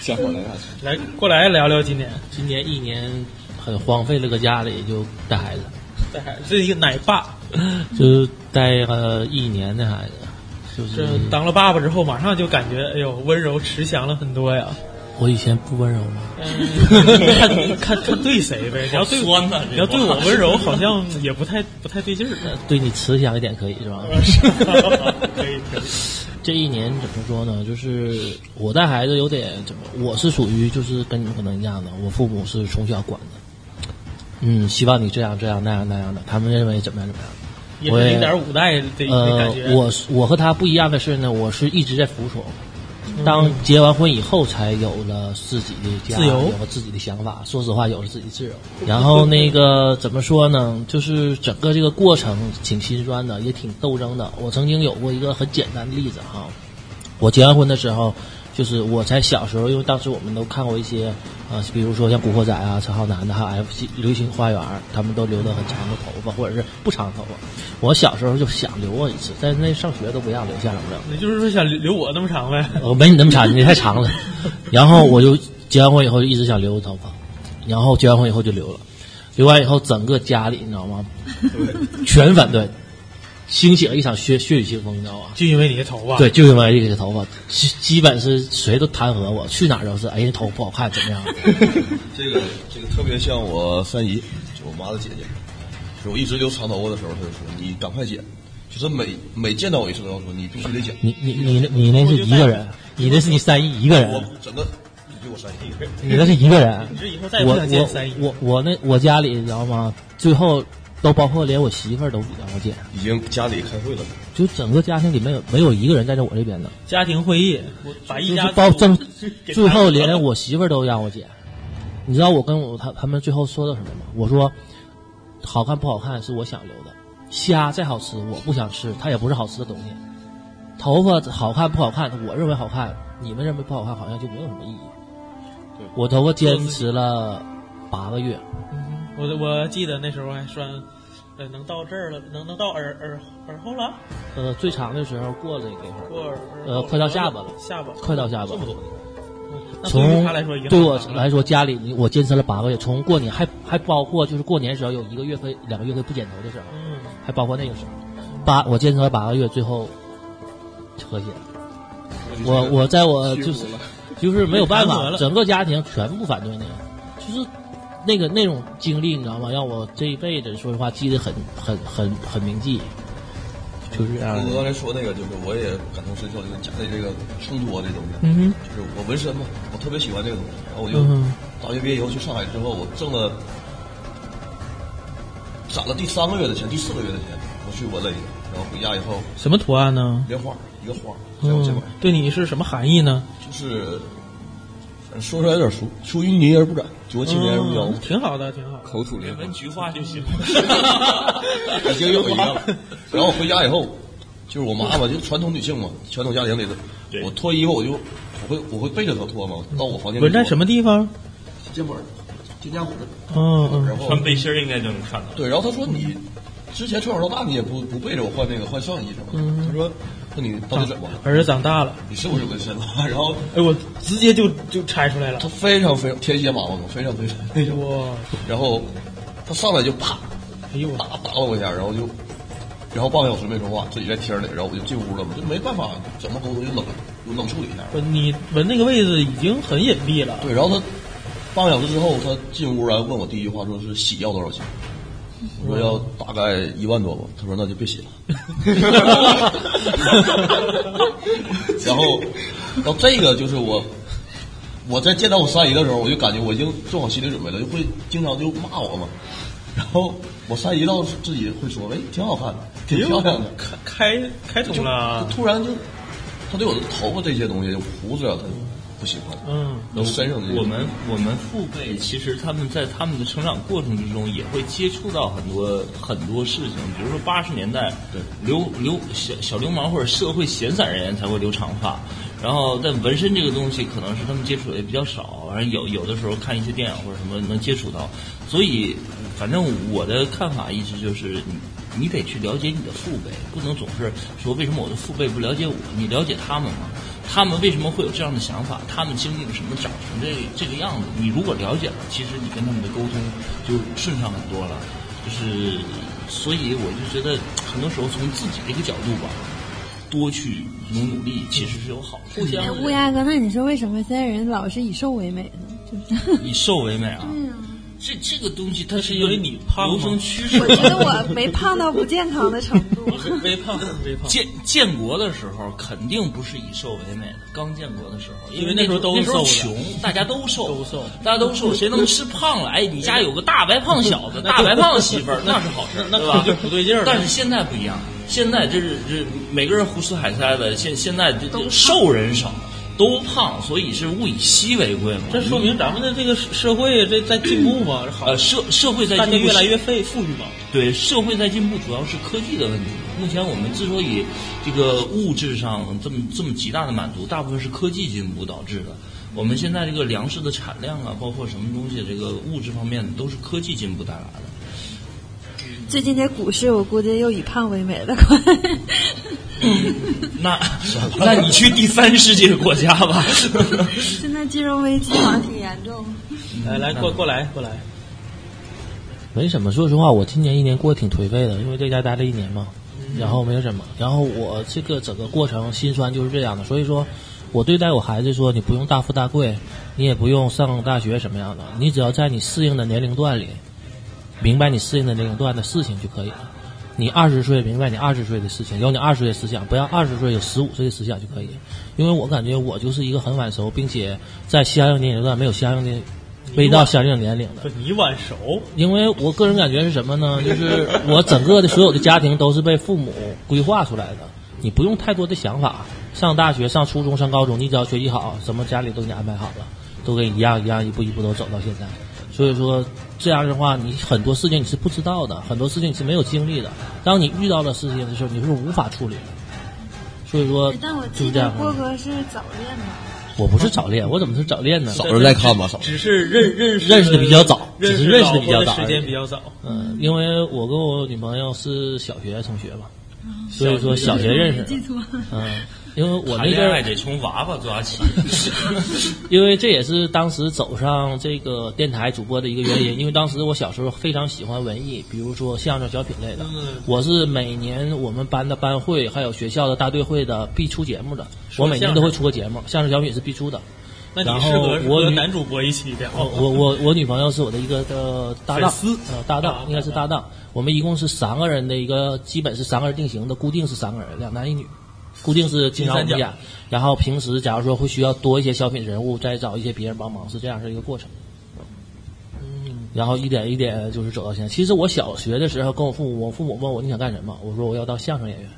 [SPEAKER 3] 小伙来干啥？
[SPEAKER 1] 来过来聊聊今年
[SPEAKER 6] 今年一年很荒废了，搁家里就带孩子，
[SPEAKER 1] 带孩子，哎这是一个奶爸，
[SPEAKER 6] 就是带个一年的孩子，就是
[SPEAKER 1] 这当了爸爸之后，马上就感觉哎呦温柔慈祥了很多呀。
[SPEAKER 6] 我以前不温柔吗？
[SPEAKER 1] <laughs> 看看看对谁呗，你要对
[SPEAKER 7] 酸呐
[SPEAKER 1] 你
[SPEAKER 7] 这
[SPEAKER 1] 要对 <laughs>
[SPEAKER 7] 话
[SPEAKER 1] 我嗯温柔，
[SPEAKER 7] <laughs>
[SPEAKER 1] 好像也不太不太对劲儿。
[SPEAKER 6] 对你慈祥一点可以是吧？
[SPEAKER 1] 呃 <laughs> 可以，可以
[SPEAKER 6] 这一年怎么说呢？就是我带孩子有点怎么，我是属于就是跟你们可能一样的，我父母是从小管的，嗯，希望你这样这样那样那样的，他们认为怎么样怎么样。
[SPEAKER 1] 也
[SPEAKER 6] 我
[SPEAKER 1] 是
[SPEAKER 6] 也
[SPEAKER 1] 零点五代的的感觉。
[SPEAKER 6] 呃，我是我和他不一样的是呢，我是一直在服从。当结完婚以后，才有了自己的家，
[SPEAKER 1] 嗯自由
[SPEAKER 6] 有了自己的想法。说实话，有了自己自由。然后那个怎么说呢？就是整个这个过程挺心酸的，也挺斗争的。我曾经有过一个很简单的例子哈，我结完婚的时候，就是我才小时候，因为当时我们都看过一些，呃，比如说像《古惑仔》啊、陈浩南的，还有 F 七流星花园，他们都留的很长的头发，或者是不长头发。我小时候就想留过一次，但是那上学都不让留，家长不让。
[SPEAKER 1] 你就是说想留留我那么长呗？
[SPEAKER 6] 我没你那么长，你太长了。然后我就结完婚以后就一直想留头发，然后结完婚以后就留了，留完以后整个家里你知道吗？ <laughs> 全反对，兴起了一场血血雨腥风，你知道吗？
[SPEAKER 1] 就因为你的头发。
[SPEAKER 6] 对，就因为这个头发，基基本是谁都弹劾我，去哪儿都是，哎，头不好看，怎么样？
[SPEAKER 3] 这个这个特别像我三姨，就我妈的姐姐，就是我一直留长头发的时候，她就说你赶快剪，就是每每见到我一次都要说你必须得剪。
[SPEAKER 6] 你你你那你那是一个人，你那是你三姨一个
[SPEAKER 3] 我
[SPEAKER 6] 人，
[SPEAKER 3] 整个你比我三姨一个人，
[SPEAKER 6] 你那是一个人。
[SPEAKER 1] 你这以后再也
[SPEAKER 6] 我
[SPEAKER 1] 不想见三姨
[SPEAKER 6] 我。我我那我家里你知道吗？最后都包括连我媳妇儿都不让我剪，
[SPEAKER 3] 已经家里开会了，
[SPEAKER 6] 就整个家庭里没有没有一个人站在我这边的，
[SPEAKER 1] 家庭会议，把一
[SPEAKER 6] 就
[SPEAKER 1] 家
[SPEAKER 6] 是包正
[SPEAKER 1] 给
[SPEAKER 6] 最后
[SPEAKER 1] 谈
[SPEAKER 6] 连
[SPEAKER 1] 了
[SPEAKER 6] 我媳妇儿都让我剪。你知道我跟我他他们最后说的什么吗？我说好看不好看是我想留的，虾再好吃我不想吃，它也不是好吃的东西。头发好看不好看，我认为好看，你们认为不好看，好像就没有什么意义。我头发坚持了八个月，
[SPEAKER 1] 我我记得那时候还算，呃，能到这儿了，能能到耳耳耳后了，
[SPEAKER 6] 呃，最长的时候过了这会儿，
[SPEAKER 1] 过耳
[SPEAKER 6] 呃快到下巴了
[SPEAKER 1] 下巴
[SPEAKER 6] 快到下巴
[SPEAKER 1] 这么多年。那对于
[SPEAKER 6] 从
[SPEAKER 1] 他来说已经
[SPEAKER 6] 对
[SPEAKER 1] 很
[SPEAKER 6] 我
[SPEAKER 1] 长了
[SPEAKER 6] 来说，家里你我坚持了八个月，从过年还还包括就是过年时候有一个月可以两个月可以不剪头的时候，
[SPEAKER 1] 嗯，
[SPEAKER 6] 还包括那个时候，八我坚持了八个月，最后和谐了。我我在我就是就是没有
[SPEAKER 1] <laughs>
[SPEAKER 6] 办
[SPEAKER 1] 被弹劾
[SPEAKER 6] 法，
[SPEAKER 1] 了
[SPEAKER 6] 整个家庭全部反对那个，就是那个那种经历，你知道吗？让我这一辈子说实话记得很很很很铭记，就是这样
[SPEAKER 3] 我
[SPEAKER 6] 的。
[SPEAKER 3] 刚才说那个，就是我也感同身受，就是家里这个冲突啊这东西。
[SPEAKER 1] 嗯哼，
[SPEAKER 3] 就是我纹身嘛，我特别喜欢这个东西，然后我就
[SPEAKER 1] 嗯
[SPEAKER 3] 大学毕业以后去上海之后，我挣了攒了第三个月的钱，第四个月的钱，我去我勒的，然后回家以后
[SPEAKER 1] 什么图案呢？
[SPEAKER 3] 莲花一个花在我肩
[SPEAKER 1] 嗯
[SPEAKER 3] 膀上，，
[SPEAKER 1] 对你是什么含义呢？
[SPEAKER 3] 就是呃说出来有点俗，出淤泥而不染，濯清涟而不妖
[SPEAKER 1] 嗯。挺好的，挺好的。
[SPEAKER 4] 口吐莲花
[SPEAKER 7] 别闻。菊花就行了。
[SPEAKER 1] 嗯
[SPEAKER 3] 已经有一个了。然后回家以后，就是我妈妈，就传统女性嘛，传统家庭里的，
[SPEAKER 7] 对
[SPEAKER 3] 我脱衣服我就我会我会背着她脱嘛，到我房间里
[SPEAKER 1] 纹在
[SPEAKER 3] 脱
[SPEAKER 1] 什么地方？
[SPEAKER 3] 肩膀，肩胛骨这儿，
[SPEAKER 1] 嗯嗯，
[SPEAKER 3] 然后
[SPEAKER 7] 穿背心儿应该就能看到。
[SPEAKER 3] 对，然后她说你之前从小到大你也不不背着我换那个换上衣什么
[SPEAKER 1] 嗯
[SPEAKER 3] 的，她说那你到底怎么了？
[SPEAKER 1] 儿子长大了，
[SPEAKER 3] 你是不是纹身了？ <laughs> 然后
[SPEAKER 1] 哎，我直接就就猜出来了
[SPEAKER 3] 她。非常非常天蝎妈妈嘛，非常非常那种，
[SPEAKER 1] 哇，
[SPEAKER 3] 然后她上来就啪
[SPEAKER 1] 哎呦我，
[SPEAKER 3] 打打了我一下，然后就，然后半个小时没说话，自己在厅里，然后我就进屋了嘛，就没办法怎么沟通，就冷就冷处理一下。
[SPEAKER 1] 我你纹那个位置已经很隐蔽了。
[SPEAKER 3] 对，然后他半个小时之后，他进屋来问我第一句话说是洗要多少钱，我说要大概一万多吧，他说那就别洗了。 <laughs> 然后，然后这个就是我。我在见到我三姨的时候，我就感觉我已经做好心理准备了，就会经常就骂我嘛。然后我三姨倒是自己会说：“哎，挺好看的，挺漂亮的。”
[SPEAKER 1] 开开开通
[SPEAKER 3] 就
[SPEAKER 1] 哎了啊
[SPEAKER 3] 就。突然就，他对我的头发这些东西，胡子啊，他就不喜欢。
[SPEAKER 1] 嗯，
[SPEAKER 3] 都身上的
[SPEAKER 7] 我们我们父辈其实他们在他们的成长过程之中也会接触到很多很多事情，比如说八十年代，
[SPEAKER 3] 对
[SPEAKER 7] 流流小小流氓或者社会闲散人员才会留长发，然后但纹身这个东西可能是他们接触的也比较少，而有有的时候看一些电影或者什么能接触到，所以反正我的看法一直就是你。你得去了解你的父辈，不能总是说为什么我的父辈不了解我？你了解他们吗？他们为什么会有这样的想法？他们经历了什么，长成这这个样子？你如果了解了，其实你跟他们的沟通就顺畅很多了。就是，所以我就觉得很多时候从自己这个角度吧，多去努努力，其实是有好处。互相
[SPEAKER 8] 哎
[SPEAKER 2] 嗯
[SPEAKER 8] 乌鸦哥，那你说为什么现在人老是以瘦为美呢？就是
[SPEAKER 7] 以瘦为美啊，这这个东西它是
[SPEAKER 1] 因为你胖吗
[SPEAKER 7] 由生趋势。
[SPEAKER 2] 我觉得我没胖到不健康的程度。 <laughs>
[SPEAKER 1] 微胖微胖。
[SPEAKER 7] 建建国的时候肯定不是以瘦为美的，刚建国的时候，
[SPEAKER 1] 因为
[SPEAKER 7] 为
[SPEAKER 1] 那时
[SPEAKER 7] 时
[SPEAKER 1] 候
[SPEAKER 7] 候
[SPEAKER 1] 都
[SPEAKER 7] 那时候
[SPEAKER 1] 瘦的
[SPEAKER 7] 穷，大家都瘦，
[SPEAKER 1] 都瘦
[SPEAKER 7] 大家都瘦，谁能吃胖了？哎，你家有个大白胖小
[SPEAKER 1] <laughs>
[SPEAKER 7] 子，大白胖媳妇儿，那是好事，
[SPEAKER 1] <laughs> 那
[SPEAKER 7] 对
[SPEAKER 1] 可
[SPEAKER 7] 吧？
[SPEAKER 1] 就不对劲儿了
[SPEAKER 7] 但是现在不一样，现在这是这每个人胡吃海塞的，现现在这这瘦人少，都胖，所以是物以稀为贵嘛。
[SPEAKER 1] 这说明咱们的这个社社会这在进步嘛，好，
[SPEAKER 7] 呃社社会在
[SPEAKER 1] 大家
[SPEAKER 7] 进步
[SPEAKER 1] 越来
[SPEAKER 7] 时
[SPEAKER 1] 越富富裕嘛。
[SPEAKER 7] 对，社会在进步，主要是科技的问题。目前我们之所以这个物质上这么这么极大的满足，大部分是科技进步导致的。我们现在这个粮食的产量啊，包括什么东西，这个物质方面的都是科技进步带来的。
[SPEAKER 8] 最近这股市，我估计又以胖为美了，
[SPEAKER 2] <laughs>
[SPEAKER 8] 快！
[SPEAKER 7] 那那你去第三世界国家 <laughs> 吧。
[SPEAKER 8] 现在金融危机好像挺严
[SPEAKER 7] 哦
[SPEAKER 8] 重。
[SPEAKER 1] 来来，过过来过来，
[SPEAKER 6] 没什么，说实话，我今年一年过得挺颓废的，因为在家待了一年嘛，然后没有什么，然后我这个整个过程心酸就是这样的，所以说，我对待我孩子说，你不用大富大贵，你也不用上大学什么样的，你只要在你适应的年龄段里，明白你适应的年龄段的事情就可以了。你二十岁明白你二十岁的事情，有你二十岁的思想，不要二十岁有十五岁的思想就可以。因为我感觉我就是一个很晚熟，并且在相应年龄段没有相应的未到相应年龄的
[SPEAKER 1] 不。是你晚熟，
[SPEAKER 6] 因为我个人感觉是什么呢？ <laughs> 就是我整个的所有的家庭都是被父母 <laughs> 规划出来的，你不用太多的想法。上大学、上初中、上高中，你只要学习好，什么家里都给你安排好了，都给你一样一样一步一步都走到现在。所以说这样的话，你很多事情你是不知道的，很多事情你是没有经历的。当你遇到了事情的时候，你是无法处理的。所以说
[SPEAKER 8] 哎
[SPEAKER 2] 哎
[SPEAKER 8] 但我，
[SPEAKER 6] 就
[SPEAKER 8] 记
[SPEAKER 6] 是这
[SPEAKER 8] 得
[SPEAKER 6] 样。啊
[SPEAKER 8] 郭哥是早恋的，
[SPEAKER 6] 我不是早恋，我怎么是早恋呢？
[SPEAKER 3] 早上再看吧，早上
[SPEAKER 1] 只是认认识
[SPEAKER 6] 认识的比较早
[SPEAKER 1] 认
[SPEAKER 6] 只是认识
[SPEAKER 1] 的
[SPEAKER 6] 的比较早
[SPEAKER 1] 时间比较早。
[SPEAKER 6] 嗯，因为我跟我女朋友是小学同学嘛，所以说哦小学认识
[SPEAKER 8] 记
[SPEAKER 6] 的。
[SPEAKER 8] 错了。
[SPEAKER 6] 嗯，因为我
[SPEAKER 7] 谈
[SPEAKER 6] 那
[SPEAKER 7] 恋
[SPEAKER 6] 阵
[SPEAKER 7] 爱
[SPEAKER 6] 儿，
[SPEAKER 7] 得从娃娃抓 <laughs> 起。
[SPEAKER 6] 因为这也是当时走上这个电台主播的一个
[SPEAKER 7] <laughs>
[SPEAKER 6] 原因。因为当时我小时候非常喜欢文艺，比如说相声、小品类的。
[SPEAKER 1] 嗯
[SPEAKER 6] 我是每年我们班的班会，还有学校的大队会的必出节目的，
[SPEAKER 1] 说
[SPEAKER 6] 我每
[SPEAKER 1] 相声
[SPEAKER 6] 年都会出个节目，相声、小品是必出的。
[SPEAKER 1] 那
[SPEAKER 6] 然
[SPEAKER 1] 你
[SPEAKER 6] 后
[SPEAKER 1] 适合
[SPEAKER 6] 我
[SPEAKER 1] 和
[SPEAKER 6] 女
[SPEAKER 1] 男主播一起聊。
[SPEAKER 6] 我哦我我我女朋友是我的一个呃搭档，
[SPEAKER 1] 粉丝啊
[SPEAKER 6] 呃搭档应该是搭档。我们一共是三个人的一个，基本是三个人定型的，固定是三个人，两男一女，固定是经常我
[SPEAKER 1] 金三
[SPEAKER 6] 们
[SPEAKER 1] 角
[SPEAKER 6] 演。然后平时假如说会需要多一些小品人物，再找一些别人帮忙，是这样是一个过程。
[SPEAKER 1] 嗯，
[SPEAKER 6] 然后一点一点就是走到现在。其实我小学的时候跟我父母，我父母问我你想干什么，我说我要当相声演员。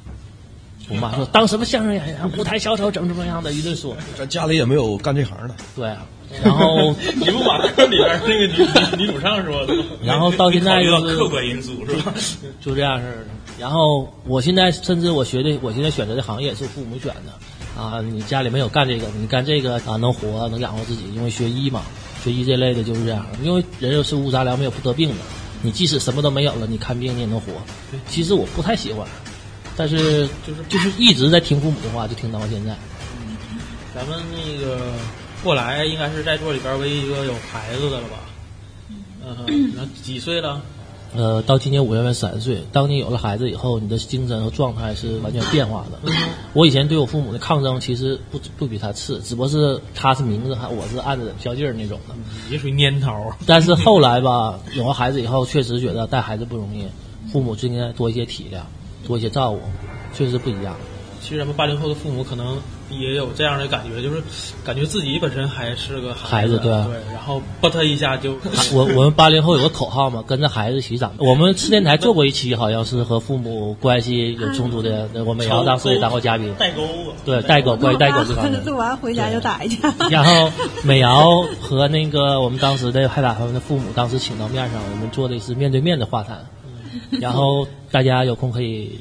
[SPEAKER 6] 我妈说当什么相声演员，舞台小丑整什么样的，一顿说。
[SPEAKER 3] 咱家里也没有干这行的，
[SPEAKER 6] 对，啊然后
[SPEAKER 1] 你不把课里边那个女女女主唱说的吗，
[SPEAKER 6] 然后到现在
[SPEAKER 7] 考虑到
[SPEAKER 6] 就是
[SPEAKER 7] 客观因 <laughs> 素是吧？
[SPEAKER 6] 就这样式儿的。然后我现在甚至我学的，我现在选择的行业也是我父母选的啊。你家里没有干这个，你干这个啊能活能养活自己，因为学医嘛，学医这类的就是这样。因为人有是无杂粮，没有不得病的。你即使什么都没有了，你看病你也能活。其实我不太喜欢，但是就是就是一直在听父母的话，就听到现在。
[SPEAKER 1] 咱们那个过来应该是在座里边唯一一个有孩子的了吧？嗯哼，那几岁
[SPEAKER 6] <clears throat>
[SPEAKER 1] 了？
[SPEAKER 6] 呃，到今年五月份三岁。当你有了孩子以后，你的精神和状态是完全变化的。
[SPEAKER 1] 嗯
[SPEAKER 6] 我以前对我父母的抗争其实不不比他次，只不过是他是明着喊，我是暗着较劲儿那种的。
[SPEAKER 1] 也属于蔫头儿。
[SPEAKER 6] 但是后来吧，有了孩子以后，确实觉得带孩子不容易，父母就应该多一些体谅，多一些照顾，确实不一样。
[SPEAKER 1] 其实咱们八零后的父母可能也有这样的感觉，就是感觉自己本身还是个
[SPEAKER 6] 孩子
[SPEAKER 1] 对
[SPEAKER 6] 对啊
[SPEAKER 1] 然后吧嗒一下就
[SPEAKER 6] 啊我我们八零后有个口号嘛，跟着孩子一起长大。我们四电台做过一期，好像是和父母关系有冲突的，我们也要当时也当过嘉宾。
[SPEAKER 1] <laughs> 代沟啊，
[SPEAKER 6] 对，代沟，关于代沟
[SPEAKER 2] <laughs>
[SPEAKER 6] 这方面。
[SPEAKER 8] 录完回家就打一架。
[SPEAKER 6] <laughs> 然后美瑶和那个我们当时的海打他们的父母，当时请到面上，我们做的是面对面的话谈。然后大家有空可以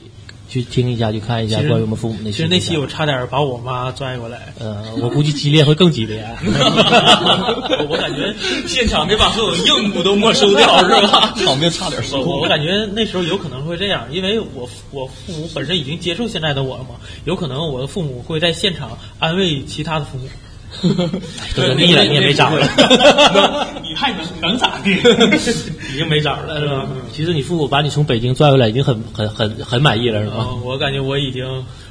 [SPEAKER 6] 去听一下，去看一下
[SPEAKER 1] 其实
[SPEAKER 6] 关于我们父母那期。
[SPEAKER 1] 其实那期我差点把我妈拽过来，
[SPEAKER 6] 呃，我估计激烈会更激烈。啊
[SPEAKER 1] 我我感觉
[SPEAKER 7] 现场得把所有硬物都没收
[SPEAKER 1] <laughs>
[SPEAKER 7] 掉是吧？
[SPEAKER 3] 场面差点失
[SPEAKER 1] 我
[SPEAKER 3] 控
[SPEAKER 1] 我。感觉那时候有可能会这样，因为我父我父母本身已经接受现在的我了嘛，有可能我的父母会在现场安慰其他的父母。
[SPEAKER 6] 就是腻了，你也没招了。
[SPEAKER 1] <laughs> 你还能能咋地？ <laughs> 已经没招
[SPEAKER 6] <laughs>
[SPEAKER 1] 了是嗯吧？
[SPEAKER 6] 其实你呃父母把你从北京拽回来，已经很很很很满意了，是
[SPEAKER 1] 啊
[SPEAKER 6] 吧？，
[SPEAKER 1] 我感觉我已经，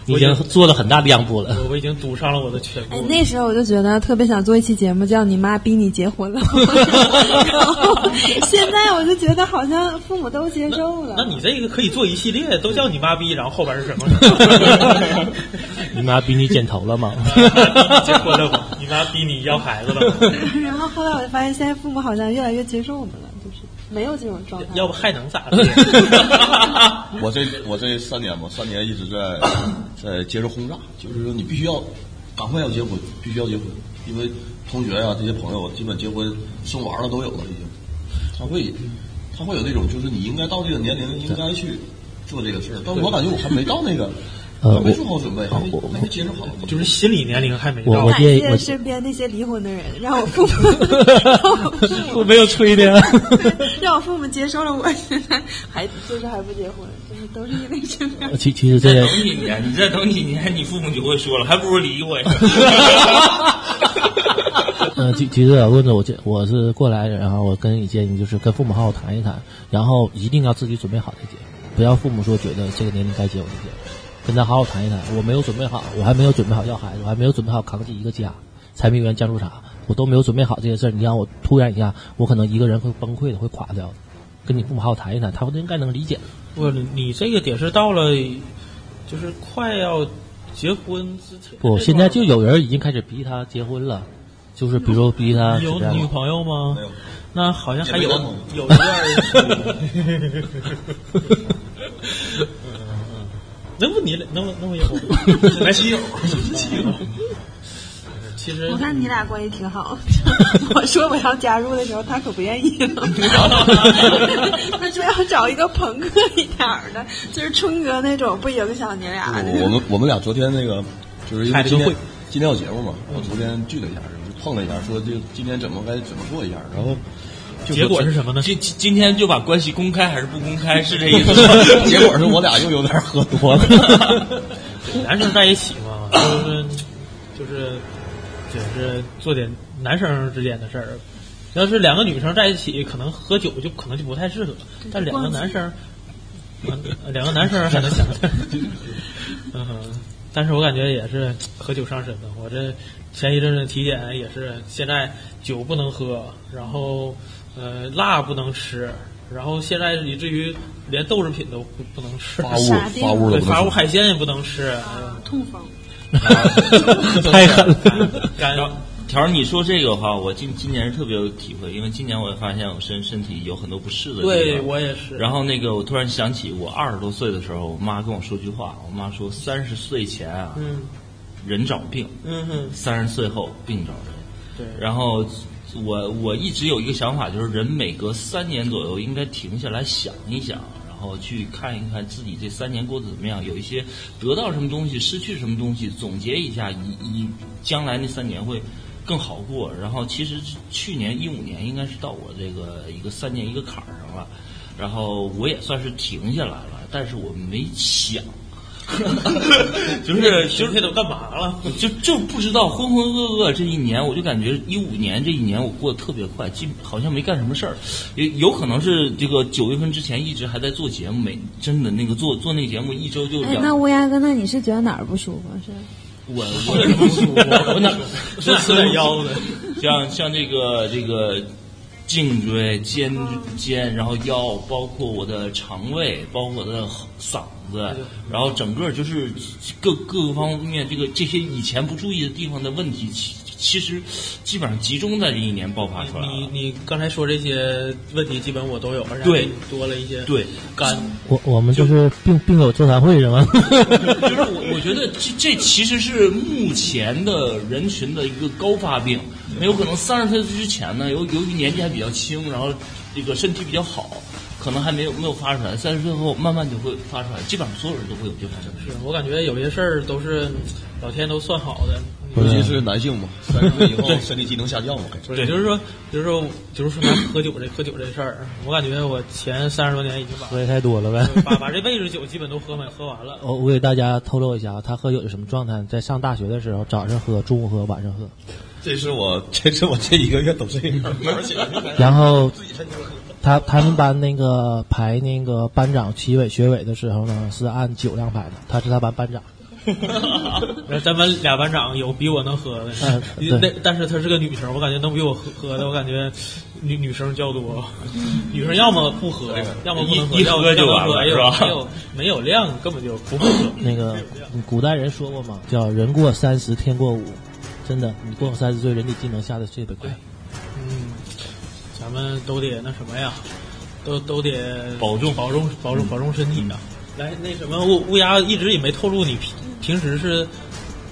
[SPEAKER 6] 你
[SPEAKER 1] 我
[SPEAKER 6] 已经做了很大的让步了。
[SPEAKER 1] 我已经赌上了我的全部
[SPEAKER 8] 哎，。那时候我就觉得特别想做一期节目，叫“你妈逼你结婚了”。然后现在我就觉得好像父母都接受了
[SPEAKER 1] 那。你这个可以做一系列，都叫你妈逼，然后后边是什么？ <laughs>
[SPEAKER 6] 你妈逼你剪头了吗？ <laughs>
[SPEAKER 1] 结婚了吗？你妈逼你要孩子了吗？
[SPEAKER 8] 然后后来我就发现，现在父母好像越来越接受我们了，就是没有这种状态。
[SPEAKER 1] 要不还能
[SPEAKER 6] <laughs>
[SPEAKER 1] 咋地？
[SPEAKER 3] 我这我这三年吧，三年一直在在接受轰炸，就是说你必须要赶快要结婚，必须要结婚，因为同学呀、这些朋友啊基本结婚生娃了都有了已经，他会他会有那种就是你应该到这个年龄应该去做这个事儿，但我感觉我还没到那个，
[SPEAKER 6] 呃
[SPEAKER 3] 还没
[SPEAKER 6] 我啊
[SPEAKER 3] 做好准备，还没
[SPEAKER 6] 我我
[SPEAKER 3] 还没接受好，
[SPEAKER 1] 就是心理年龄还没
[SPEAKER 6] 我
[SPEAKER 1] 到
[SPEAKER 6] 我。
[SPEAKER 8] 感
[SPEAKER 6] 建议
[SPEAKER 8] 谢
[SPEAKER 6] 我
[SPEAKER 8] 身边那些离婚的人，让我父母， <laughs>
[SPEAKER 6] 我没有吹的。
[SPEAKER 8] 让我父母接受了我现在还 <laughs> 就是还不结婚，就是都是因为这样。
[SPEAKER 6] <laughs> 其其实这
[SPEAKER 7] 等
[SPEAKER 6] 个
[SPEAKER 7] 几年，你再等几年，你父母就会说了，还不如离我 <laughs> 呀。
[SPEAKER 6] 呃，其其实小棍子，我这我是过来人，然后我跟你建议就是跟父母好好谈一谈，然后一定要自己准备好再结，不要父母说觉得这个年龄该结我就结，跟他好好谈一谈。我没有准备好，我还没有准备好要孩子，我还没有准备好扛起一个家，柴米油盐酱醋茶，我都没有准备好这些事儿。你让我突然一下，我可能一个人会崩溃的，会垮掉的。跟你父母好好谈一谈，他们应该能理解的。
[SPEAKER 1] 不，你这个点是到了，就是快要结婚之前。
[SPEAKER 6] 不，现在就有人已经开始逼他结婚了，啊就是比如说逼他
[SPEAKER 1] 有
[SPEAKER 6] 怎么样
[SPEAKER 1] 女朋友吗？
[SPEAKER 3] 没有。
[SPEAKER 1] 那好像还有
[SPEAKER 3] 也没男朋
[SPEAKER 1] 有一段。能不你俩能不能不有？
[SPEAKER 3] <laughs>
[SPEAKER 1] 来亲友，亲友。 <laughs> 其实
[SPEAKER 8] 我看你俩关系挺
[SPEAKER 2] <laughs>
[SPEAKER 8] 好。我说我要加入的时候，他可不愿意了。
[SPEAKER 9] <laughs>
[SPEAKER 8] 他说要找一个朋克一点儿的，就是春哥那种不影响你俩的。
[SPEAKER 3] 我们我们俩昨天那个就是因
[SPEAKER 1] 开
[SPEAKER 3] 为
[SPEAKER 1] 了
[SPEAKER 3] 今
[SPEAKER 1] 个
[SPEAKER 3] 天
[SPEAKER 1] 会
[SPEAKER 3] 今天有节目嘛，我昨天聚了一下，就是碰了一下，说这今天怎么该怎么做一下，然后就
[SPEAKER 1] 结
[SPEAKER 3] 说
[SPEAKER 1] 果是什么呢？
[SPEAKER 7] 今今今天就把关系公开还是不公开，是这意思
[SPEAKER 1] <laughs>
[SPEAKER 7] 吗？
[SPEAKER 3] 结果是我俩又有点喝多了。
[SPEAKER 1] 男生在一起嘛，就是就是就是做点男生之间的事儿。要是两个女生在一起，可能喝酒就可能就不太适合，但两个男生，嗯两个男生还能想想。嗯哼，但是我感觉也是喝酒伤身的。我这前一阵子体检也是，现在酒不能喝，然后呃辣不能吃，然后现在以至于连豆制品都不不能吃，
[SPEAKER 3] 发物发物
[SPEAKER 1] 对
[SPEAKER 3] 了，
[SPEAKER 1] 法务海啊鲜也不能吃，
[SPEAKER 7] <laughs>
[SPEAKER 8] 痛风，
[SPEAKER 6] 太狠了。
[SPEAKER 1] 干
[SPEAKER 7] 条儿，你说这个的话，我今今年是特别有体会，因为今年我也发现我身身体有很多不适的地方。
[SPEAKER 1] 对我也是。
[SPEAKER 7] 然后那个，我突然想起我二十多岁的时候，我妈跟我说句话，我妈说三十岁前啊，
[SPEAKER 1] 嗯
[SPEAKER 7] 人找病，
[SPEAKER 1] 嗯哼，
[SPEAKER 7] 三十岁后病找人。
[SPEAKER 1] 对，
[SPEAKER 7] 然后我我一直有一个想法，就是人每隔三年左右应该停下来想一想，然后去看一看自己这三年过得怎么样，有一些得到什么东西，失去什么东西，总结一下，以以将来那三年会。更好过，然后其实去年一五年应该是到我这个一个三年一个坎儿上了，然后我也算是停下来了，但是我没想，就是
[SPEAKER 1] 学这都干嘛了？
[SPEAKER 7] 就就不知道浑浑噩噩这一年，我就感觉一五年这一年我过得特别快，基本好像没干什么事儿，也有可能是这个九月份之前一直还在做节目，每真的那个做做那个节目一周就
[SPEAKER 9] 哎，
[SPEAKER 7] 两，
[SPEAKER 9] 那乌鸦哥，那你是觉得哪儿不舒服？是
[SPEAKER 7] 我 <laughs> 我我哪
[SPEAKER 1] 就吃点腰子，
[SPEAKER 7] 像像这个这个颈椎、肩肩，然后腰，包括我的肠胃，包括我的嗓子，然后整个就是各各个方面，这个这些以前不注意的地方的问题，其其实基本上集中在这一年爆发出来
[SPEAKER 1] 你
[SPEAKER 7] 了。
[SPEAKER 1] 你刚才说这些问题，基本我都有，而且
[SPEAKER 7] 对
[SPEAKER 1] 还多了一些
[SPEAKER 7] 对，
[SPEAKER 1] 肝。
[SPEAKER 6] 我我们就是病病友座谈会是吗？
[SPEAKER 7] 就是我我觉得这这其实是目前的人群的一个高发病，那有可能三十岁之前呢，由由于年纪还比较轻，然后这个身体比较好，可能还没有没有发出来，三十岁后慢慢就会发出来，基本上所有人都会有这种症
[SPEAKER 1] 是我感觉有些事儿都是老天都算好的。
[SPEAKER 3] 尤
[SPEAKER 7] 啊
[SPEAKER 3] 其是男性嘛，三十岁以后身体机能下降嘛，
[SPEAKER 1] 不是，就是说，就是说，就是说，咱喝酒这喝酒这事儿，我感觉我前三十多年已经把
[SPEAKER 6] 喝的太多了呗。 <laughs>
[SPEAKER 1] 把把这辈子酒基本都喝满喝完了。
[SPEAKER 6] 我我给大家透露一下，啊，他喝酒是什么状态？在上大学的时候，早上喝，中午喝，晚上喝，
[SPEAKER 3] 这是我 <laughs> 这是我这一个月都这样，而且
[SPEAKER 6] <laughs> 然后他他们班那个排那个班长、体委、学委的时候呢，是按酒量排的，他是他班
[SPEAKER 3] <laughs>
[SPEAKER 6] 班长。
[SPEAKER 1] 然后 <laughs> 咱班俩班长有比我能喝的，
[SPEAKER 7] 啊
[SPEAKER 6] 嗯对
[SPEAKER 1] 那但是她是个女生，我感觉能比我喝喝的，我感觉女女生较多，女生要么不喝，要么不能喝，
[SPEAKER 7] 一一
[SPEAKER 1] 要么
[SPEAKER 7] 喝就
[SPEAKER 1] 要么喝哎
[SPEAKER 7] 完了是
[SPEAKER 1] 呦
[SPEAKER 7] 吧嗯
[SPEAKER 1] 没有没有量，根本就不会喝。
[SPEAKER 6] 那个古代人说过嘛，叫“人过三十，天过五”，真的，你过三十岁，人体机能下的特别快。
[SPEAKER 1] 嗯，咱们都得那什么呀，都都得
[SPEAKER 7] 保重
[SPEAKER 1] 保重保重保重身体啊！来，那什么乌乌鸦一直也没透露你平平时是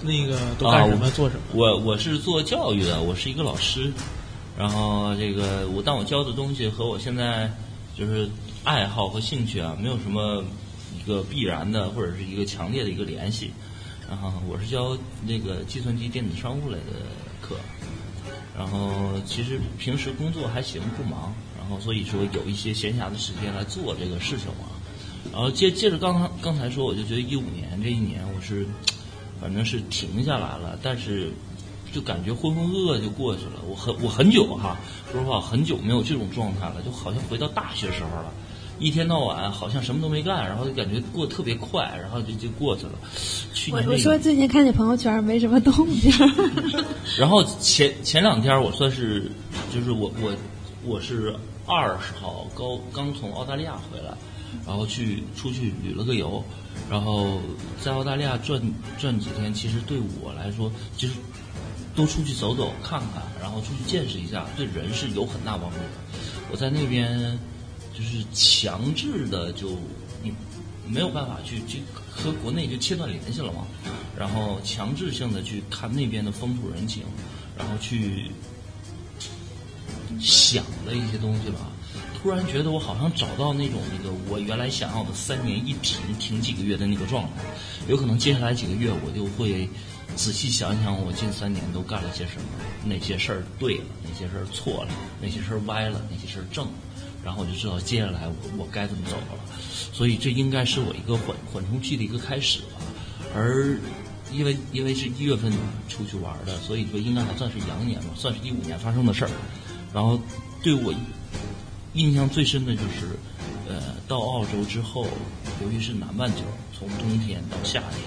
[SPEAKER 1] 那个都干什么、
[SPEAKER 7] 啊
[SPEAKER 1] 做什么。
[SPEAKER 7] 我我是做教育的，我是一个老师，然后这个我但我教的东西和我现在就是爱好和兴趣啊，没有什么一个必然的或者是一个强烈的一个联系。然后我是教那个计算机电子商务类的课，然后其实平时工作还行，不忙，然后所以说有一些闲暇的时间来做这个事情啊。然后接接着刚刚刚才说，我就觉得一五年这一年我是，反正是停下来了，但是就感觉浑浑噩噩就过去了。我很我很久哈，说实话很久没有这种状态了，就好像回到大学时候了。一天到晚好像什么都没干，然后就感觉过得特别快，然后就就过去了。去
[SPEAKER 9] 我
[SPEAKER 7] 年
[SPEAKER 9] 我
[SPEAKER 7] 这个
[SPEAKER 9] 说最近看你朋友圈没什么动静，
[SPEAKER 7] 然后前前两天我算是，就是我我我是二十号高刚从澳大利亚回来，然后去出去旅了个游，然后在澳大利亚转转几天，其实对我来说，其实多出去走走看看，然后出去见识一下，对人是有很大帮助的。我在那边就是强制的就你
[SPEAKER 6] 嗯
[SPEAKER 7] 没有办法去去和国内就切断联系了嘛，然后强制性的去看那边的风土人情，然后去想了一些东西吧。突然觉得我好像找到那种那个我原来想要的三年一停停几个月的那个状态，有可能接下来几个月我就会仔细想一想我近三年都干了些什么，哪些事儿对了，哪些事儿错了，哪些事儿歪了，哪些事儿正了，然后我就知道接下来我我该怎么走了。所以这应该是我一个缓缓冲期的一个开始吧。而因为因为是一月份出去玩的，所以说应该还算是羊年吧，算是一五年发生的事儿。然后对我印象最深的就是，呃，到澳洲之后，尤其是南半球，从冬天到夏天，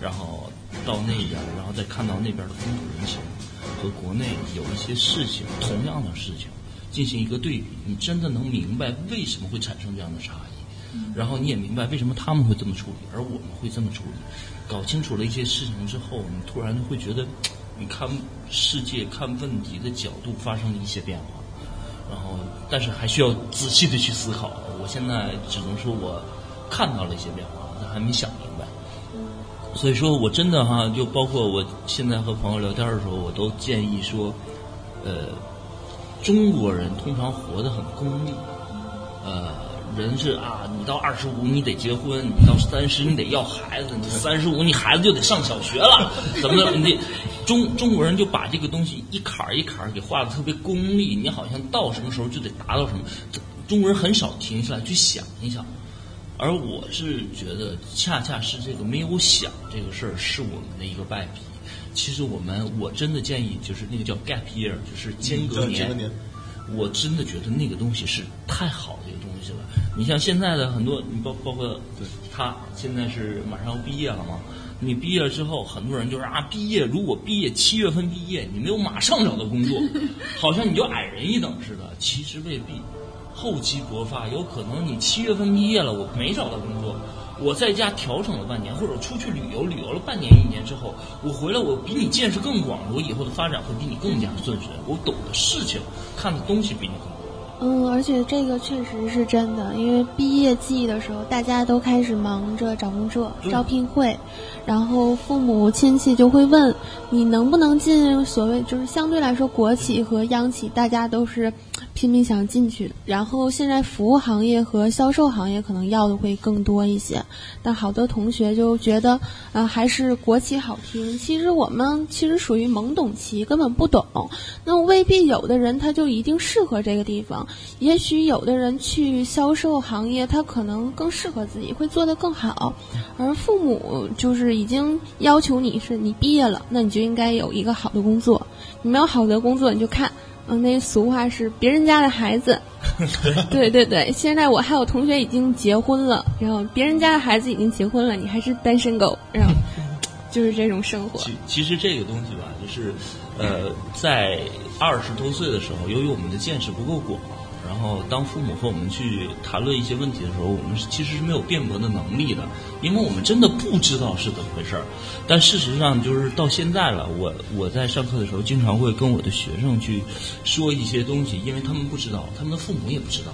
[SPEAKER 7] 然后到那边，然后再看到那边的风土人情，和国内有一些事情，同样的事情进行一个对比，你真的能明白为什么会产生这样的差异，然后你也明白为什么他们会这么处理，而我们会这么处理。搞清楚了一些事情之后，你突然会觉得你看世界、看问题的角度发生了一些变化，然后但是还需要仔细的去思考。我现在只能说我看到了一些变化，但还没想明白。所以说我真的哈，就包括我现在和朋友聊天的时候，我都建议说，呃，中国人通常活得很功利，呃，人是啊，你到二十五你得结婚，你到三十你得要孩子，你三十五你孩子就得上小学了，怎么怎么的。中中国人就把这个东西一坎儿一坎儿给画的特别功利，你好像到什么时候就得达到什么，中国人很少停下来去想一想。而我是觉得，恰恰是这个没有想这个事儿是我们的一个败笔。其实我们，我真的建议就是那个叫 gap year，就是间隔
[SPEAKER 3] 嗯
[SPEAKER 7] 年。
[SPEAKER 3] 间隔年
[SPEAKER 7] 我真的觉得那个东西是太好的一个东西了。你像现在的很多，你包包括他现在是马上要毕业了嘛？你毕业了之后，很多人就是啊，毕业如果毕业七月份毕业，你没有马上找到工
[SPEAKER 3] <laughs>
[SPEAKER 7] 作，好像你就矮人一等似的。其实未必，厚积薄发，有可能你七月份毕业了，我没找到工作，我在家调整了半年，或者出去旅游旅游了半年一年之后，我回来我比你见识更广了，我以后的发展会比你更加顺遂，我懂的事情看的东西比你更多。
[SPEAKER 5] 嗯，而且这个确实是真的，因为毕业季的时候，大家都开始忙着找工作、招聘会，然后父母亲戚就会问你能不能进所谓就是相对来说国企和央企，大家都是拼命想进去。然后现在服务行业和销售行业可能要的会更多一些，但好多同学就觉得啊、还是国企好听。其实我们其实属于懵懂期，根本不懂。那未必有的人他就一定适合这个地方，也许有的人去销售行业，他可能更适合自己，会做得更好。而父母就是已经要求你是你毕业了，那你就应该有一个好的工作。你没有好的工作，你就看，嗯，那俗话是别人家的孩
[SPEAKER 1] <laughs>
[SPEAKER 5] 子。对对对，现在我还有同学已经结婚了，然后别人家的孩子已经结婚了，你还是单身狗，然后就是这种生活。
[SPEAKER 7] 其其实这个东西吧，就是，呃，在二十多岁的时候，由于我们的见识不够广，然后当父母和我们去谈论一些问题的时候，我们是其实是没有辩驳的能力的，因为我们真的不知道是怎么回事儿。但事实上，就是到现在了，我我在上课的时候，经常会跟我的学生去说一些东西，因为他们不知道，他们的父母也不知道。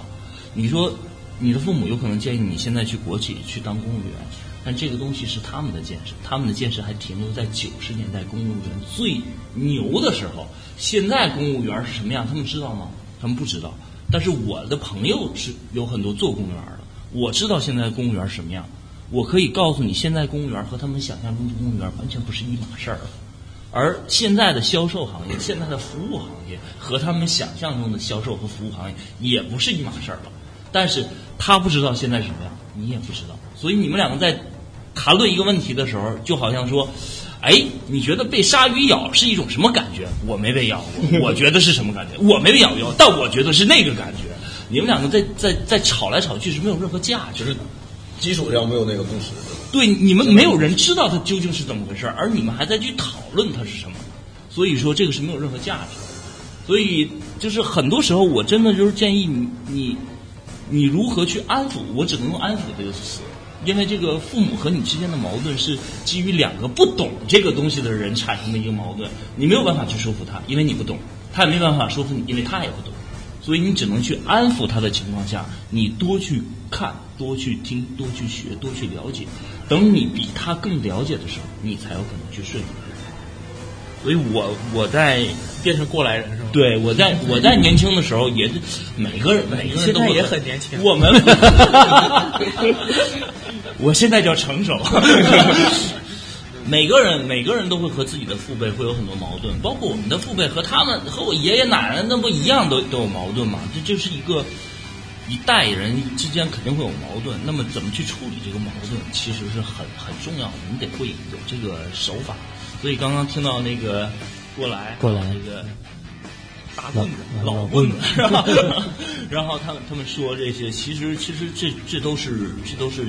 [SPEAKER 7] 你说，你的父母有可能建议你现在去国企去当公务员，但这个东西是他们的见识，他们的见识还停留在九十年代公务员最牛的时候。现在公务员是什么样，他们知道吗？他们不知道。但是我的朋友是有很多做公务员的，我知道现在公务员是什么样。我可以告诉你，现在公务员和他们想象中的公务员完全不是一码事儿。而现在的销售行业、现在的服务行业和他们想象中的销售和服务行业也不是一码事儿了。但是他不知道现在是什么样，你也不知道。所以你们两个在谈论一个问题的时候，就好像说，哎，你觉得被鲨鱼咬是一种什么感觉？我没被咬过，我觉得是什么感觉？我没被咬过，但我觉得是那个感觉。你们两个在在在吵来吵去是没有任何价值的。
[SPEAKER 3] 基础上没有那个共识。
[SPEAKER 7] 对，你们没有人知道它究竟是怎么回事儿，而你们还在去讨论它是什么，所以说这个是没有任何价值的。所以就是很多时候，我真的就是建议你，你，你如何去安抚？我只能用安抚这个词，因为这个父母和你之间的矛盾是基于两个不懂这个东西的人产生的一个矛盾，你没有办法去说服他，因为你不懂；他也没办法说服你，因为他也不懂。所以你只能去安抚他的情况下，你多去看、多去听、多去学、多去了解。等你比他更了解的时候，你才有可能去说服他。所以我我在
[SPEAKER 1] 变成过来人是吗？
[SPEAKER 7] 对我在我在年轻的时候也是每个人每个人
[SPEAKER 1] 现
[SPEAKER 7] 都
[SPEAKER 1] 在
[SPEAKER 7] 会
[SPEAKER 1] 也很年轻
[SPEAKER 7] 我们我现在叫成熟。每个人每个人都会和自己的父辈会有很多矛盾，包括我们的父辈和他们和我爷爷奶奶那不一样都都有矛盾嘛，这就是一个一代人之间肯定会有矛盾，那么怎么去处理这个矛盾，其实是很很重要的，你得会有这个手法。所以刚刚听到那个过来
[SPEAKER 6] 过来
[SPEAKER 7] 这个大棍子、
[SPEAKER 6] 老
[SPEAKER 7] 老棍子是吧？ <laughs> 然后他们他们说这些，其实其实这这都是这都是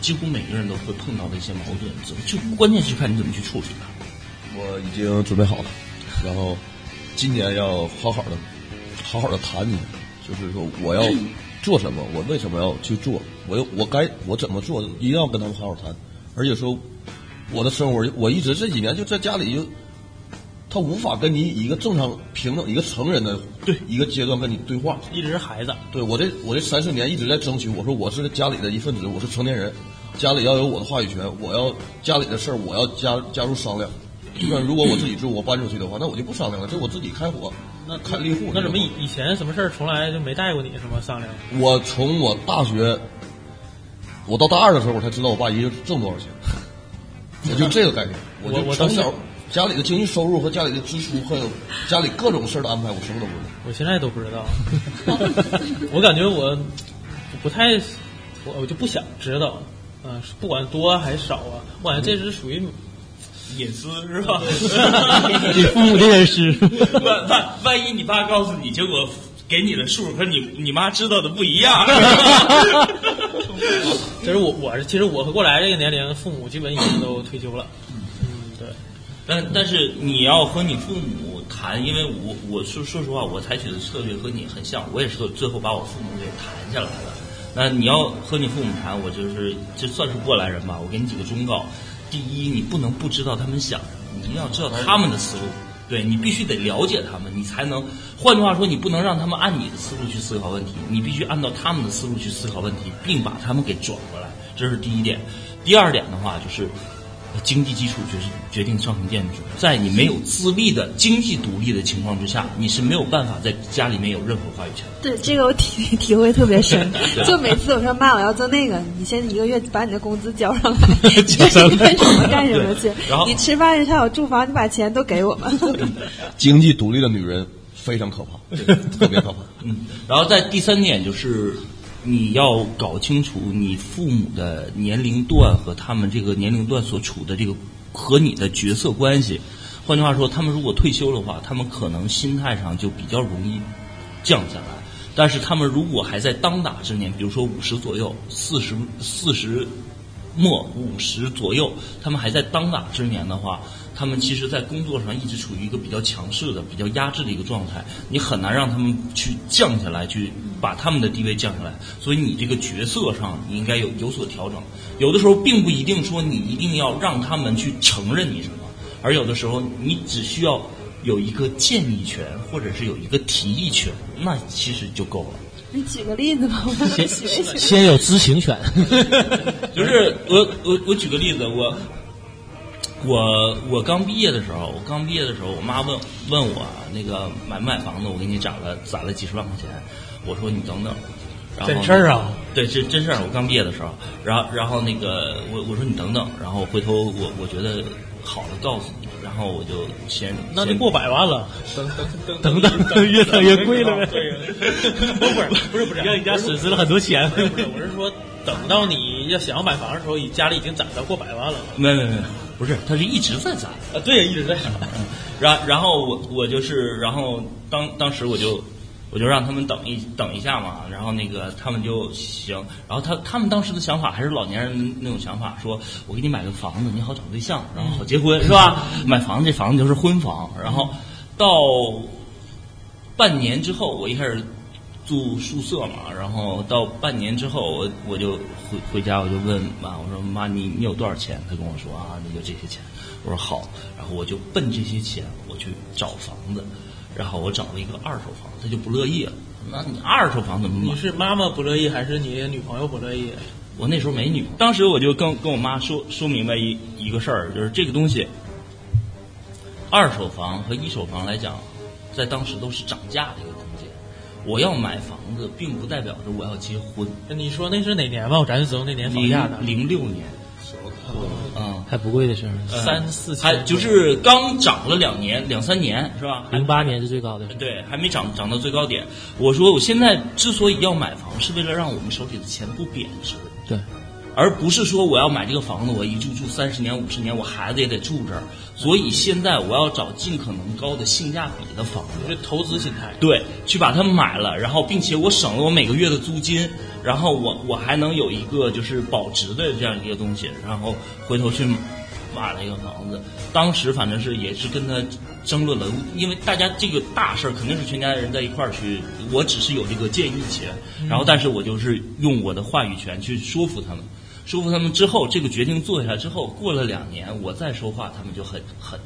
[SPEAKER 7] 几乎每个人都会碰到的一些矛盾，怎么就关键是看你怎么去处理它。
[SPEAKER 3] 我已经准备好了，然后今年要好好的、好好的谈一下，就是说我要做什么，我为什么要去做，我又我该我怎么做，一定要跟他们好好谈。而且说我的生活，我一直这几年就在家里就他无法跟你以一个正常平等一个成人的
[SPEAKER 1] 对
[SPEAKER 3] 一个阶段跟你对话。
[SPEAKER 1] 一直是孩子，
[SPEAKER 3] 对我这我这三四年一直在争取，我说我是家里的一份子，我是成年人，家里要有我的话语权，我要家里的事儿我要加加入商量。那如果我自己住，我搬出去的话，那我就不商量了，这我自己开火，
[SPEAKER 1] 那
[SPEAKER 3] 开立户。
[SPEAKER 1] 那怎么以以前什么事儿从来就没带过你是吗？商量
[SPEAKER 3] 我从我大学，我到大二的时候，我才知道我爸一个月挣多少钱，我就这个概念。
[SPEAKER 1] 我
[SPEAKER 3] 就
[SPEAKER 1] 我
[SPEAKER 3] 从
[SPEAKER 1] 当时
[SPEAKER 3] 小家里的经济收入和家里的支出，还有家里各种事儿的安排，我什么都不知道。
[SPEAKER 1] 我现在都不知道，我感觉我不太，我我就不想知道，啊、不管多还是少啊，我感觉这是属于
[SPEAKER 7] 隐私是吧？ <laughs>
[SPEAKER 6] 你父母的人是，
[SPEAKER 7] 万万万一你爸告诉你，结果给你的数和你你妈知道的不一 <laughs> 样，
[SPEAKER 1] 就是我我是其实我和过来这个年龄，父母基本已经都退休了。嗯，对，
[SPEAKER 7] 但但是你要和你父母谈，因为我我说说实话，我采取的策略和你很像，我也是最后把我父母给谈下来了。那你要和你父母谈，我就是这算是过来人吧。我给你几个忠告：第一，你不能不知道他们想什么，你一定要知道他们的思路。对你必须得了解他们，你才能。换句话说，你不能让他们按你的思路去思考问题，你必须按照他们的思路去思考问题，并把他们给转过来，这是第一点。第二点的话就是，呃经济基础决决定上层建筑，在你没有自立的经济独立的情况之下，你是没有办法在家里面有任何话语权的。
[SPEAKER 2] <laughs> 对，这个我体体会特别深。就每次我说妈，我要做那个，你先一个月把你的工资交上来，
[SPEAKER 6] 交上来
[SPEAKER 2] 干什么干什么去
[SPEAKER 7] 对然后。
[SPEAKER 2] 你吃饭、还有住房，你把钱都给我们。
[SPEAKER 3] 经济独立的女人非常可怕，特别可怕。
[SPEAKER 7] 嗯，然后在第三点就是，你要搞清楚你父母的年龄段和他们这个年龄段所处的这个和你的角色关系。换句话说，他们如果退休的话，他们可能心态上就比较容易降下来。但是他们如果还在当打之年，比如说五十左右、四十四十末五十左右，他们还在当打之年的话，他们其实在工作上一直处于一个比较强势的、比较压制的一个状态，你很难让他们去降下来，去把他们的地位降下来。所以你这个角色上，你应该有有所调整。有的时候并不一定说你一定要让他们去承认你什么，而有的时候你只需要有一个建议权，或者是有一个提议权，那其实就够了。
[SPEAKER 2] <laughs> 你举个例子吧，我学学。
[SPEAKER 6] 先有知情 <laughs> 权，
[SPEAKER 7] 就是我我我举个例子，我我我刚毕业的时候，我刚毕业的时候，我妈问问我那个买不买房子，我给你攒了攒了几十万块钱，我说你等等，然后
[SPEAKER 1] 真事儿啊，
[SPEAKER 7] 对，这真事儿，我刚毕业的时候，然后然后那个我我说你等等，然后回头我我觉得好了告诉你，然后我就先
[SPEAKER 1] 那就
[SPEAKER 7] 先
[SPEAKER 1] 过百万了。
[SPEAKER 7] 等等
[SPEAKER 1] <laughs>
[SPEAKER 6] 等等越等越贵了呗。
[SPEAKER 1] 不是不是不是，
[SPEAKER 6] 让你家损失了很多钱。
[SPEAKER 1] 不是不是我是说，等到你要想要买房的时候，你家里已经攒到过百万了。
[SPEAKER 7] 没没没，不是，他是一直在攒。
[SPEAKER 1] 啊，对，一直在。
[SPEAKER 7] 然然后我我就是，然后当当时我就我就让他们等一等一下嘛，然后那个他们就行，然后他他们当时的想法还是老年人那种想法，说我给你买个房子，你好找对象，然后好结婚，是吧？买房子这房子就是婚房，然后到半年之后，我一开始住宿舍嘛，然后到半年之后，我我就回回家，我就问妈，我说妈，你你有多少钱？她跟我说啊，那就这些钱。我说好，然后我就奔这些钱，我去找房子，然后我找了一个二手房，她就不乐意了。那你二手房怎么买
[SPEAKER 1] 你？是妈妈不乐意，还是你女朋友不乐意？啊
[SPEAKER 7] 我那时候没女，当时我就跟跟我妈说说明白一一个事儿，就是这个东西，二手房和一手房来讲，在当时都是涨价的一个东西。我要买房子，并不代表着我要结婚。
[SPEAKER 1] 你说那是哪年吧？我咱知道那年房价呢
[SPEAKER 7] 零？零六年，嗯，
[SPEAKER 6] 还不贵的时候呢，
[SPEAKER 7] 呃
[SPEAKER 1] 三四千
[SPEAKER 7] 还就是刚涨了两年两三年是吧？还
[SPEAKER 6] 零八年是最高的时候。
[SPEAKER 7] 对，还没涨涨到最高点。我说我现在之所以要买房，是为了让我们手里的钱不贬值。
[SPEAKER 6] 对，
[SPEAKER 7] 而不是说我要买这个房子，我一住住三十年、五十年，我孩子也得住这儿。所以现在我要找尽可能高的性价比的房
[SPEAKER 1] 就
[SPEAKER 7] 子
[SPEAKER 1] 是，投资心态。
[SPEAKER 7] 对，去把它买了，然后并且我省了我每个月的租金，然后我我还能有一个就是保值的这样一个东西，然后回头去买了一个房子。当时反正是也是跟他争论了，因为大家这个大事儿肯定是全家人在一块儿去，我只是有这个建议权，然后但是我就是用我的话语权去说服他们。说服他们之后，这个决定做下来之后，过了两年，我再说话，他们就很很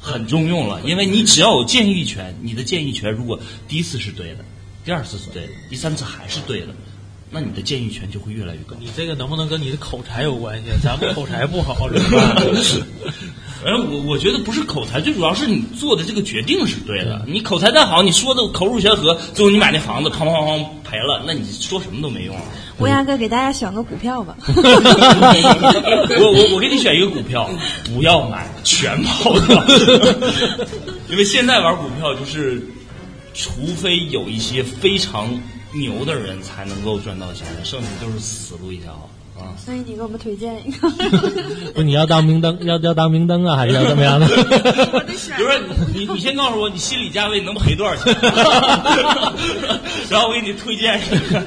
[SPEAKER 7] 很中用了，因为你只要有建议权，你的建议权如果第一次是对的，第二次是对的，第三次还是对的，那你的建议权就会越来越高。
[SPEAKER 1] 你这个能不能跟你的口才有关系？咱
[SPEAKER 6] <laughs>
[SPEAKER 1] 们口才不好怎么办？
[SPEAKER 7] 而我我觉得不是口才，最主要是你做的这个决定是对的。你口才再好，你说的口若悬河，最后你买那房子，砰砰砰砰赔了，那你说什么都没用了。
[SPEAKER 2] 乌鸦哥给大家选个股票吧，
[SPEAKER 7] 我我我给你选一个股票，不要买全抛掉，因为现在玩股票就是，除非有一些非常牛的人才能够赚到钱，剩下就是死路一条啊。
[SPEAKER 2] 所以你给我们推荐一
[SPEAKER 8] <laughs>
[SPEAKER 2] 个。
[SPEAKER 6] 不，你要当明灯，要要当明灯啊，还是要怎么 <laughs> 样呢？
[SPEAKER 7] 比如说你你先告诉我你心理价位能赔多少钱，然后我给你推荐一个。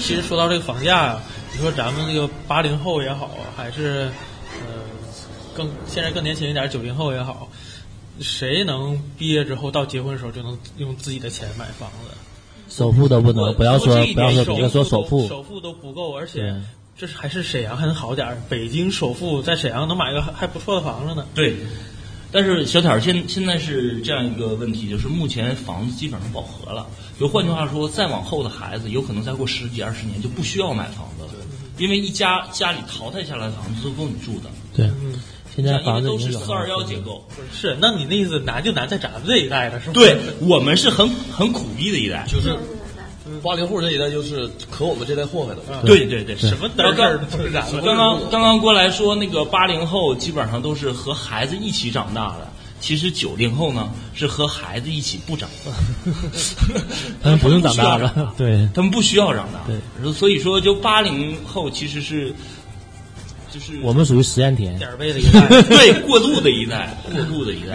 [SPEAKER 1] 其实说到这个房价啊，你说咱们这个八零后也好啊，还是呃更现在更年轻一点九零后也好，谁能毕业之后到结婚的时候就能用自己的钱买房子？
[SPEAKER 6] 首付都不能，不要说
[SPEAKER 1] 这一
[SPEAKER 6] 不要
[SPEAKER 1] 点
[SPEAKER 6] 说别的说首
[SPEAKER 1] 付都，
[SPEAKER 6] 付，
[SPEAKER 1] 首付都不够，而且
[SPEAKER 6] 对
[SPEAKER 1] 这是还是沈阳还能好点儿，北京首付在沈阳能买个还还不错的房子呢。
[SPEAKER 7] 对，但是小挑儿现现在是这样一个问题，就是目前房子基本上饱和了。就换句话说，再往后的孩子，有可能再过十几二十年就不需要买房子了，因为一家家里淘汰下来的房子都够你住的，
[SPEAKER 6] 对，现在
[SPEAKER 7] 因为
[SPEAKER 6] 房子
[SPEAKER 7] 都
[SPEAKER 6] 已经
[SPEAKER 7] 是
[SPEAKER 6] 有
[SPEAKER 7] 四二幺结构。
[SPEAKER 1] 是，那你那意思难就难在咱们这一代了，是吧？
[SPEAKER 7] 对我们是很很苦逼的一代。
[SPEAKER 3] 就是八零后这一代，就是可我们这代祸害了。
[SPEAKER 7] 对对对，
[SPEAKER 1] 什么嘚儿事
[SPEAKER 7] 啊
[SPEAKER 1] 儿都是咱们。
[SPEAKER 7] 刚刚刚刚过来说，那个八零后基本上都是和孩子一起长大的。其实九零后呢，是和孩子一起不长大， <laughs>
[SPEAKER 6] 他嗯们不用长大
[SPEAKER 7] 他们不需要长
[SPEAKER 6] 了，对，
[SPEAKER 7] <laughs> 他们不需要长大。
[SPEAKER 6] 对
[SPEAKER 7] 所以说就八零后其实是，就是
[SPEAKER 6] 我们属于实验田，
[SPEAKER 1] 点儿背的一
[SPEAKER 6] <laughs>
[SPEAKER 1] 代，
[SPEAKER 7] 对过渡的一代，过渡的一代。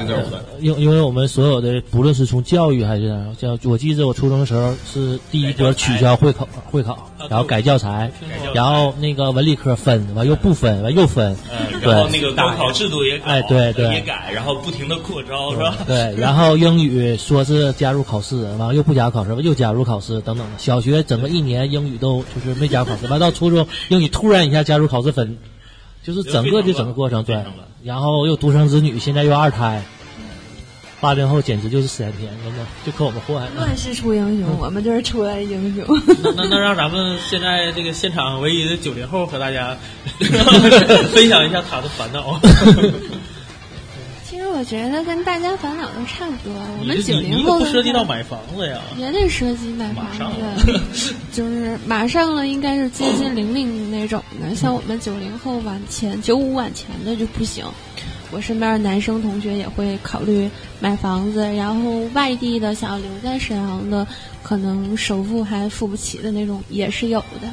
[SPEAKER 6] 因因为我们所有的，不论是从教育还是教，我记得我初中的时候是第一波取消会考，会考，然后啊改教材，然后那个文理科分，完又不分，完又分，
[SPEAKER 7] 呃，然后那
[SPEAKER 6] 对
[SPEAKER 7] 个高考制度也改，
[SPEAKER 6] 哎对对
[SPEAKER 7] 也改，然后不停的扩招，是吧？
[SPEAKER 6] <laughs> 对，然后英语说是加入考试，完了又不加入考试，又加入考试等等。小学整个一年英语都就是没加入考试，完到初中英语突然一下加入考试分，就是整个就整个过程对，然后又独生子女，现在又二胎。八零后简直就是实验田，真的就可我们祸害了。
[SPEAKER 2] 乱世出英
[SPEAKER 8] 嗯
[SPEAKER 2] 雄，我们就是出来英雄。
[SPEAKER 1] 那那那让咱们现在这个现场唯一的九零后和大 <laughs> 家分享一下他的烦恼。
[SPEAKER 5] 其实我觉得跟大家烦恼都差不多。我们
[SPEAKER 1] 你
[SPEAKER 5] 九
[SPEAKER 1] 这你
[SPEAKER 5] 零
[SPEAKER 1] 你都
[SPEAKER 5] 后
[SPEAKER 1] 不
[SPEAKER 5] 的
[SPEAKER 1] 涉及
[SPEAKER 5] 话
[SPEAKER 1] 到买房子 <laughs> 呀？
[SPEAKER 5] 也得涉及买房
[SPEAKER 7] 马上
[SPEAKER 5] 子，就是马上了，应该是接近零零那种的。像我们九零后往前、九五往前的就不行。我身边的男生同学也会考虑买房子，然后外地的想要留在沈阳的，可能首付还付不起的那种也是有的。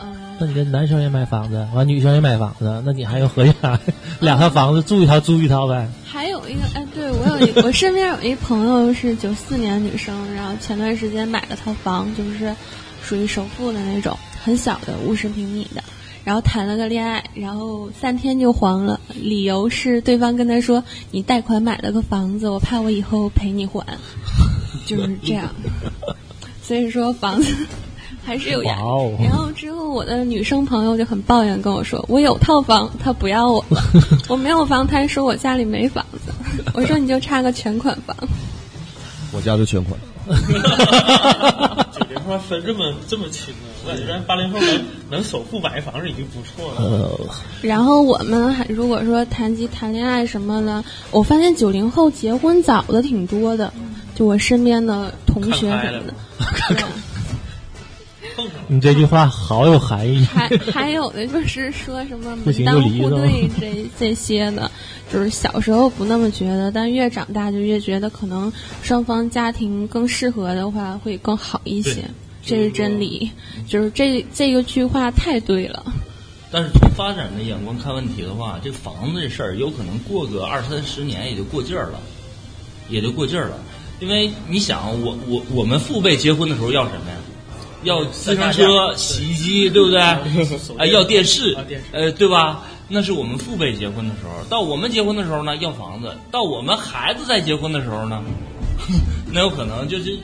[SPEAKER 5] 嗯，
[SPEAKER 6] 那你这男生也买房子，完女生也买房子，那你还要合计啥？两套房子住一套租一套呗。
[SPEAKER 5] 还有一个，哎，对我有一， <laughs> 我身边有一朋友是九四年女生，然后前段时间买了套房，就是属于首付的那种，很小的五十平米的，然后谈了个恋爱，然后三天就黄了，理由是对方跟他说你贷款买了个房子，我怕我以后赔你还， <laughs> 就是这样。所以说房子 <laughs> 还是有压力。
[SPEAKER 6] 哦
[SPEAKER 5] 然后之后，我的女生朋友就很抱怨跟我说：“我有套房，他不要我；我没有房，他还说我家里没房子。”我说：“你就差个全款房。
[SPEAKER 10] 我家是全款，
[SPEAKER 1] 九零后还分这么这么清啊？我感觉咱八零后能能首付买房子已经不错了。
[SPEAKER 6] 呃，”
[SPEAKER 5] 然后我们还如果说谈及谈恋爱什么的，我发现九零后结婚早的挺多的，就我身边的同学
[SPEAKER 1] 看开
[SPEAKER 5] 什么的
[SPEAKER 1] 了。碰上了，
[SPEAKER 6] 你这句话好有含义。
[SPEAKER 5] 还 <laughs> 还有的就是说什么
[SPEAKER 6] 不
[SPEAKER 5] 门
[SPEAKER 6] 行
[SPEAKER 5] 当
[SPEAKER 6] 就离
[SPEAKER 5] 户
[SPEAKER 6] 了
[SPEAKER 5] 对这这些的，就是小时候不那么觉得，但越长大就越觉得可能双方家庭更适合的话会更好一些
[SPEAKER 7] 对，
[SPEAKER 5] 这是真理。
[SPEAKER 6] 嗯
[SPEAKER 5] 就是这这个句话太对了，
[SPEAKER 7] 但是从发展的眼光看问题的话，这房子这事儿有可能过个二三十年也就过劲儿了，也就过劲儿了。因为你想，我我我们父辈结婚的时候要什么呀？要自行车、洗衣机，对不对？啊、要电视
[SPEAKER 1] 啊电视，
[SPEAKER 7] 呃，对吧？那是我们父辈结婚的时候。到我们结婚的时候呢，要房子；到我们孩子再结婚的时候呢， <laughs> 那有可能就是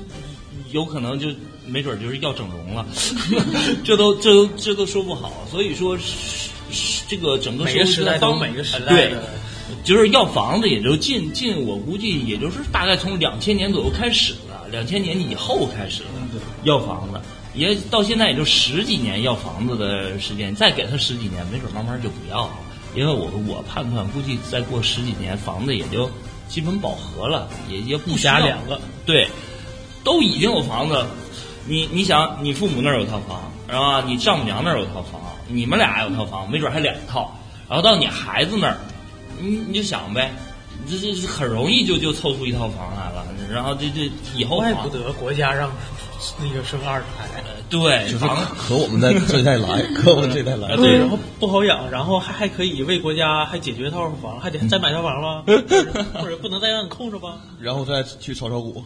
[SPEAKER 7] 有可能就没准就是要整容了， <laughs> 这都这都这都说不好。所以说，是是这个整个
[SPEAKER 1] 每个
[SPEAKER 7] 社
[SPEAKER 1] 时
[SPEAKER 7] 会
[SPEAKER 1] 代都
[SPEAKER 7] 方
[SPEAKER 1] 有每个时代
[SPEAKER 7] 对
[SPEAKER 1] 的
[SPEAKER 7] 就是要房子也就近近，我估计也就是大概从两千年左右开始的，两千年以后开始的要房子，也到现在也就十几年要房子的时间，再给他十几年，没准慢慢就不要了。因为我我判断，估计再过十几年，房子也就基本饱和了，也也不
[SPEAKER 1] 一
[SPEAKER 7] 需要
[SPEAKER 1] 家两个，
[SPEAKER 7] 对，都已经有房子，你你想，你父母那儿有套房，然后啊你丈母娘那儿有套房，你们俩有套房，没准还两套，然后到你孩子那儿，你你就想呗，这这这很容易就就凑出一套房来了，然后这这以后啊
[SPEAKER 1] 怪
[SPEAKER 7] 房
[SPEAKER 1] 哎不得国家让那个生二胎，
[SPEAKER 7] 对
[SPEAKER 3] 就是
[SPEAKER 7] 房
[SPEAKER 3] 可我们的这代 <laughs> 来，可我们这代来
[SPEAKER 7] 啊，对
[SPEAKER 1] 然后不好养，然后还还可以为国家还解决套房，还得再买套房 <laughs> 吧，或者不能再让你空着吧？
[SPEAKER 3] 然后再去炒炒股，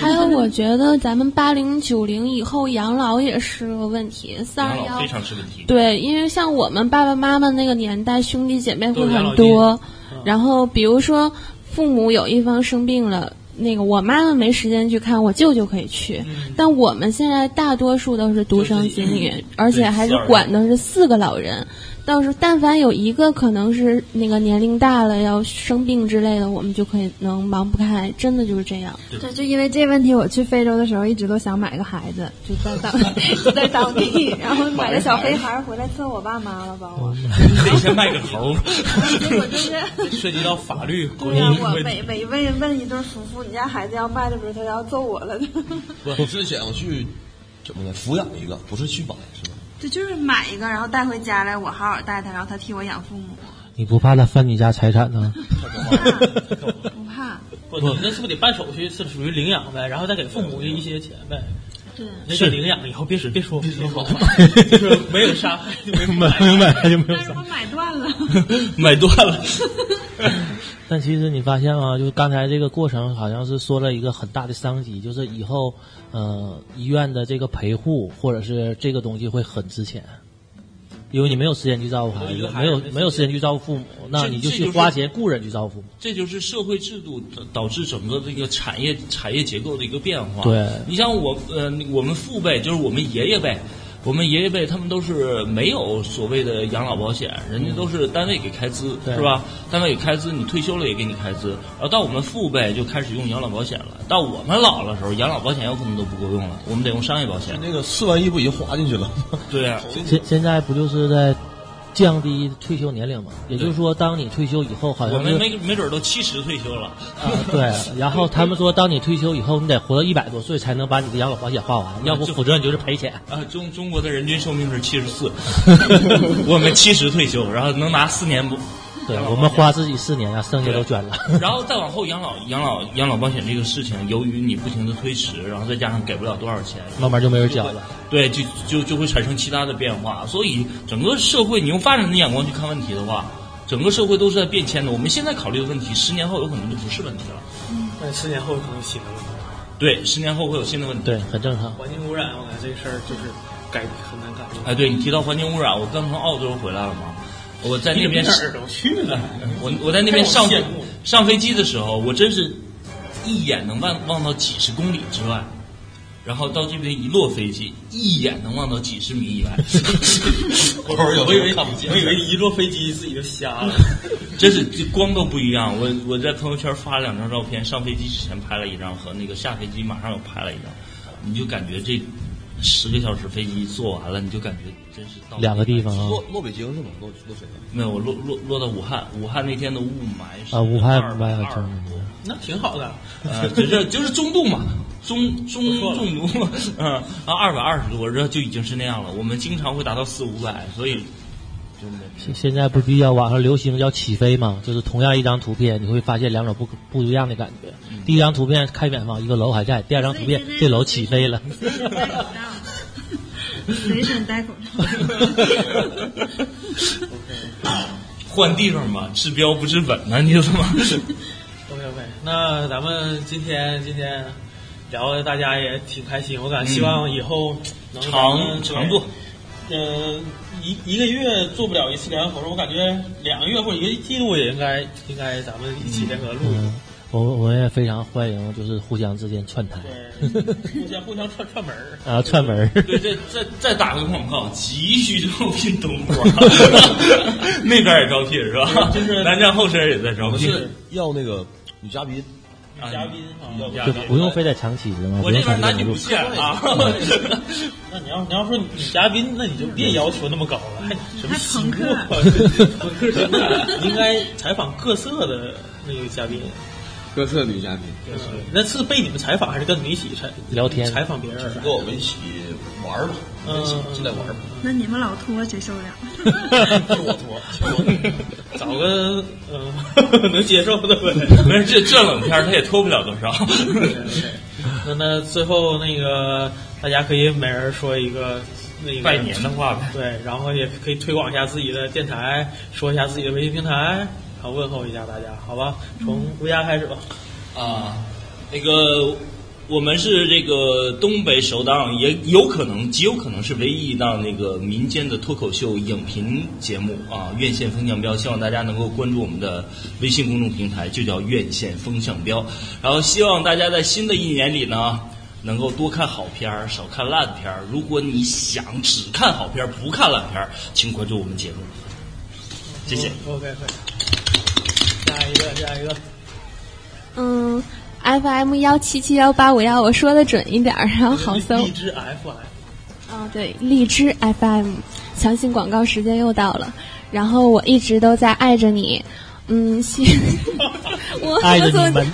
[SPEAKER 11] 还有，我觉得咱们八零九零以后养老也是个问题。四二
[SPEAKER 7] 养老
[SPEAKER 11] 幺
[SPEAKER 7] 非常是问
[SPEAKER 1] <laughs>
[SPEAKER 7] 题。
[SPEAKER 11] 对，因为像我们爸爸妈妈那个年代，兄弟姐妹会很
[SPEAKER 1] 都有养老
[SPEAKER 11] 多。然后比如说，父母有一方生病了，那个我妈妈没时间去看，我舅舅可以去。但我们现在大多数都是独生子女，而且还是管的是四个老人。到时候但凡有一个可能是那个年龄大了要生病之类的，我们就可以能忙不开，真的就是这样。
[SPEAKER 9] 对，就因为这问题，我去非洲的时候一直都想买个孩子，就在
[SPEAKER 8] <laughs>
[SPEAKER 9] 当在当地，然后
[SPEAKER 8] 买个小黑孩儿回来伺我爸妈了吧？我
[SPEAKER 7] 得先卖个头，
[SPEAKER 8] 结果就是，
[SPEAKER 1] 涉及到法律婚
[SPEAKER 8] 对呀、我
[SPEAKER 1] 姻问题，
[SPEAKER 8] 每每问问 <laughs> 一对夫妇，你家孩子要卖的时候，他要揍我了。
[SPEAKER 3] 我是想去怎么的抚养一个，不是去买，是吧？
[SPEAKER 8] <laughs> 对，就是买一个，然后带回家来，我好好带他，然后他替我养父母，
[SPEAKER 6] 你不怕他翻你家财产呢？
[SPEAKER 8] 不怕。
[SPEAKER 1] 不，你那是不是得办手续？是属于领养呗，然后再给父母一些钱呗。
[SPEAKER 8] 对，
[SPEAKER 1] 那就领养以后别说别说别说， <laughs> 就是没有杀害， <laughs> 就没有买
[SPEAKER 6] 明白就没有
[SPEAKER 8] 但是我买断了，
[SPEAKER 7] <laughs> 买断了。 <laughs>
[SPEAKER 6] 但其实你发现吗？就是刚才这个过程，好像是说了一个很大的商机，就是以后，呃，医院的这个陪护或者是这个东西会很值钱，因为你没有时间去照顾孩
[SPEAKER 1] 一
[SPEAKER 6] 子
[SPEAKER 1] 个，孩
[SPEAKER 6] 没
[SPEAKER 1] 子
[SPEAKER 6] 有
[SPEAKER 1] 没时
[SPEAKER 6] 没有时间去照顾父母，那
[SPEAKER 7] 这
[SPEAKER 6] 你就
[SPEAKER 7] 这
[SPEAKER 6] 去
[SPEAKER 7] 就是
[SPEAKER 6] 花钱雇人去照顾父母。
[SPEAKER 7] 这就是社会制度导导致整个这个产业产业结构的一个变化。
[SPEAKER 1] 啊
[SPEAKER 6] 对
[SPEAKER 7] 你像我呃，我们父辈就是我们爷爷辈，我们爷爷辈他们都是没有所谓的养老保险，人家都是单位给开资，
[SPEAKER 6] 对
[SPEAKER 7] 是吧？单位给开资，你退休了也给你开资。然后到我们父辈就开始用养老保险了，到我们老了时候，养老保险有可能都不够用了，我们得用商业保险。
[SPEAKER 3] 那个四万一不已经花进去了吗？
[SPEAKER 7] 对啊，
[SPEAKER 6] 现现在不就是在降低退休年龄吗？也就是说，当你退休以后，好
[SPEAKER 7] 我
[SPEAKER 6] 像
[SPEAKER 7] 们
[SPEAKER 6] 是
[SPEAKER 7] 没没准都七十退休了， <laughs>
[SPEAKER 6] 啊对，然后他们说，当你退休以后，你得活到一百多岁才能把你的养老保险
[SPEAKER 7] <laughs>
[SPEAKER 6] 花完，要不
[SPEAKER 7] 就
[SPEAKER 6] 否则你就是
[SPEAKER 7] <laughs>
[SPEAKER 6] 赔钱。
[SPEAKER 7] 啊，中中国的人均寿命是七十 <laughs> 四，我们七十退休，然后能拿四年不？
[SPEAKER 6] 对
[SPEAKER 7] 养老
[SPEAKER 6] 我
[SPEAKER 7] 保
[SPEAKER 6] 们
[SPEAKER 7] 险
[SPEAKER 6] 花自己四年啊，剩下都捐了。
[SPEAKER 7] <laughs> 然后再往后养老、养老、养老保险这个事情，由于你不停的推迟，然后再加上给不了多少钱，
[SPEAKER 6] 慢慢就没人交了。
[SPEAKER 7] 对，就就就会产生其他的变化。所以整个社会，你用发展的眼光去看问题的话，整个社会都是在变迁的。我们现在考虑的问题，十年后有可能就不是问题了。
[SPEAKER 1] 但十年后可能有新的问题。
[SPEAKER 7] 对，十年后会有新的问题。
[SPEAKER 6] 对，很正常。
[SPEAKER 1] 环境污染，我感觉这事儿就是改很难改变。
[SPEAKER 7] 哎，对你提到环境污染，我刚从澳洲回来了嘛，我在那边
[SPEAKER 1] 哪儿都去了，
[SPEAKER 7] 我我在那边上
[SPEAKER 1] 太羡慕了
[SPEAKER 7] 上飞机的时候，我真是一眼能望望到几十公里之外，然后到这边一落飞机，一眼能望到几十米以外。
[SPEAKER 3] 我说有
[SPEAKER 7] 我以为
[SPEAKER 3] 看不见
[SPEAKER 1] 我以为一落飞机自己就瞎了。
[SPEAKER 7] 真是这光都不一样。我我在朋友圈发了两张照片，上飞机之前拍了一张，和那个下飞机马上又拍了一张，你就感觉这十个小时飞机坐完了，你就感觉真是到
[SPEAKER 6] 两个地方啊
[SPEAKER 3] 落落北京是吗？落落谁了？
[SPEAKER 7] 没有，我落落落到武汉，武汉那天的雾霾是
[SPEAKER 6] 啊武汉
[SPEAKER 7] 22
[SPEAKER 6] 雾霾
[SPEAKER 7] 22
[SPEAKER 6] 很正常
[SPEAKER 7] 度
[SPEAKER 1] 那挺好的，
[SPEAKER 7] 呃，就是就是中度嘛，中中
[SPEAKER 1] 错了
[SPEAKER 7] 中度，嗯啊，二百二十度，这就已经是那样了。我们经常会达到四五百，所以真的
[SPEAKER 6] 现现在不是比较网上流行叫起飞嘛？就是同样一张图片，你会发现两种不不一样的感觉。
[SPEAKER 7] 嗯
[SPEAKER 6] 第一张图片看远方，一个楼还在；第二张图片，这楼
[SPEAKER 7] <laughs>
[SPEAKER 6] 起飞了。
[SPEAKER 8] <laughs> 随身带口罩。
[SPEAKER 7] 换地方嘛，治标不治本呢，你怎么？
[SPEAKER 1] OK OK，那咱们今天今天聊的大家也挺开心，我感
[SPEAKER 6] 嗯
[SPEAKER 1] 希望以后能
[SPEAKER 7] 常常做，
[SPEAKER 1] 呃，一一个月做不了一次两个口罩，我感觉两个月或者一个季度也应该应该咱们一起联合录一录。
[SPEAKER 6] 我 <laughs> 我们也非常欢迎，就是互相之间串台
[SPEAKER 1] 对，互相互相串串门儿。
[SPEAKER 6] 啊，串门
[SPEAKER 7] <laughs>
[SPEAKER 6] 儿。
[SPEAKER 7] <laughs> 对，再再再打个广告，急需招聘冬瓜，那边也招聘是吧？
[SPEAKER 1] 就是
[SPEAKER 7] 南站后身也在招
[SPEAKER 3] 我
[SPEAKER 7] 聘
[SPEAKER 3] 是要那个女嘉宾，
[SPEAKER 1] 女嘉宾啊，
[SPEAKER 7] 要
[SPEAKER 6] 嗯就不用非得长期的嘛，
[SPEAKER 7] 我
[SPEAKER 6] 不
[SPEAKER 7] 这边
[SPEAKER 6] 用长
[SPEAKER 7] 男女
[SPEAKER 6] 期的
[SPEAKER 7] 不
[SPEAKER 6] 录。
[SPEAKER 7] 限啊，
[SPEAKER 1] 那你要你要说女嘉宾，那你就别要求那么高了，嗯还什
[SPEAKER 8] 朋
[SPEAKER 1] 么
[SPEAKER 8] 克
[SPEAKER 1] 西瓜朋克啊什么的， <laughs> 你应该采访各色的那个嘉宾。
[SPEAKER 4] 各色女嘉宾，
[SPEAKER 1] 那是被你们采访还是跟你们一起采
[SPEAKER 6] 聊天
[SPEAKER 1] 采访别人？啊嗯
[SPEAKER 3] 跟我们一起玩儿吧，一起进来玩儿吧。
[SPEAKER 8] 那你们老拖谁受得了？
[SPEAKER 3] 我我
[SPEAKER 1] 找个嗯、 <laughs> 能接受的呗。
[SPEAKER 7] <laughs> 没事，这这冷天儿他也脱不了多少。
[SPEAKER 1] 那那最后那个大家可以每人说一个那个
[SPEAKER 7] 拜年的话呗，
[SPEAKER 1] 对，然后也可以推广一下自己的电台，说一下自己的微信平台，然后问候一下大家，好吧？从乌鸦开始吧。
[SPEAKER 7] 啊，那个我们是这个东北首档，也有可能极有可能是唯一一档那个民间的脱口秀影评节目啊，院线风向标，希望大家能够关注我们的微信公众平台，就叫院线风向标。然后希望大家在新的一年里呢。能够多看好片儿，少看烂片儿。如果你想只看好片儿，不看烂片儿，请关注我们节目。谢谢。
[SPEAKER 1] 嗯 OK，可以。下一个，下一个。
[SPEAKER 11] 嗯，FM 幺七七幺八五幺，我说的准一点儿，然后好搜。
[SPEAKER 1] 荔枝 FM。
[SPEAKER 11] 哦，对，荔枝 FM，相信广告时间又到了。然后我一直都在爱着你，嗯，希我
[SPEAKER 6] 爱着
[SPEAKER 11] 我总
[SPEAKER 6] 你们，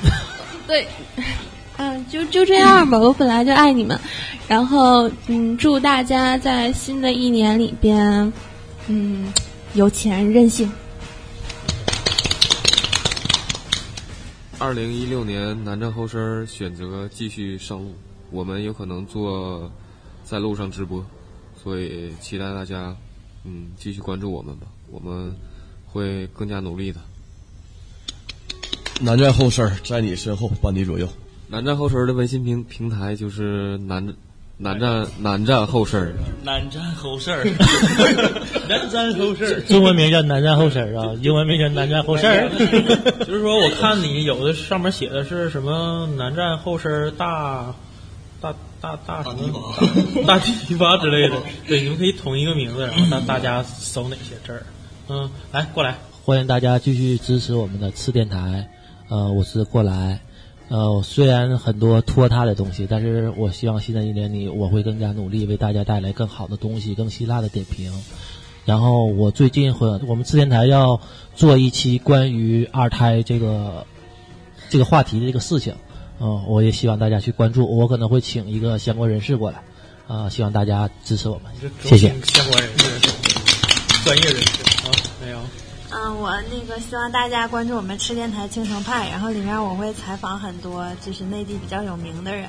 [SPEAKER 11] 对，嗯，就就这样吧，我本来就爱你们。然后，嗯，祝大家在新的一年里边，嗯，有钱任性。
[SPEAKER 4] 二零一六年南站后身选择继续上路，我们有可能做在路上直播，所以期待大家嗯继续关注我们吧，我们会更加努力的。
[SPEAKER 3] 南站后身儿，在你身后，伴你左右。
[SPEAKER 4] 南站后身的微信平平台就是南南站南站后身，
[SPEAKER 7] 南站后事儿。
[SPEAKER 1] 南山后事儿。
[SPEAKER 6] 中文名叫南站后身儿啊，英文名叫南站后
[SPEAKER 7] <laughs>
[SPEAKER 6] 身 <laughs> 儿。
[SPEAKER 1] 哎就是说，我看你有的上面写的是什么南站后身儿大大大大什么 <laughs> 大提拔之类的，对，你们可以统一个名字，然后让大家搜哪些字儿。嗯，来过来，
[SPEAKER 6] 欢迎大家继续支持我们的次电台。呃，我是过来。呃，虽然很多拖沓的东西，但是我希望新的一年里我会更加努力，为大家带来更好的东西，更辛辣的点评。然后我最近会，我们次电台要做一期关于二胎这个这个话题的这个事情。嗯、我也希望大家去关注，我可能会请一个相关人士过来。啊、希望大家支持我们，谢谢。
[SPEAKER 1] 相关人士，专业人士啊，没有。
[SPEAKER 2] 嗯，我那个希望大家关注我们吃电台青城派，然后里面我会采访很多就是内地比较有名的人，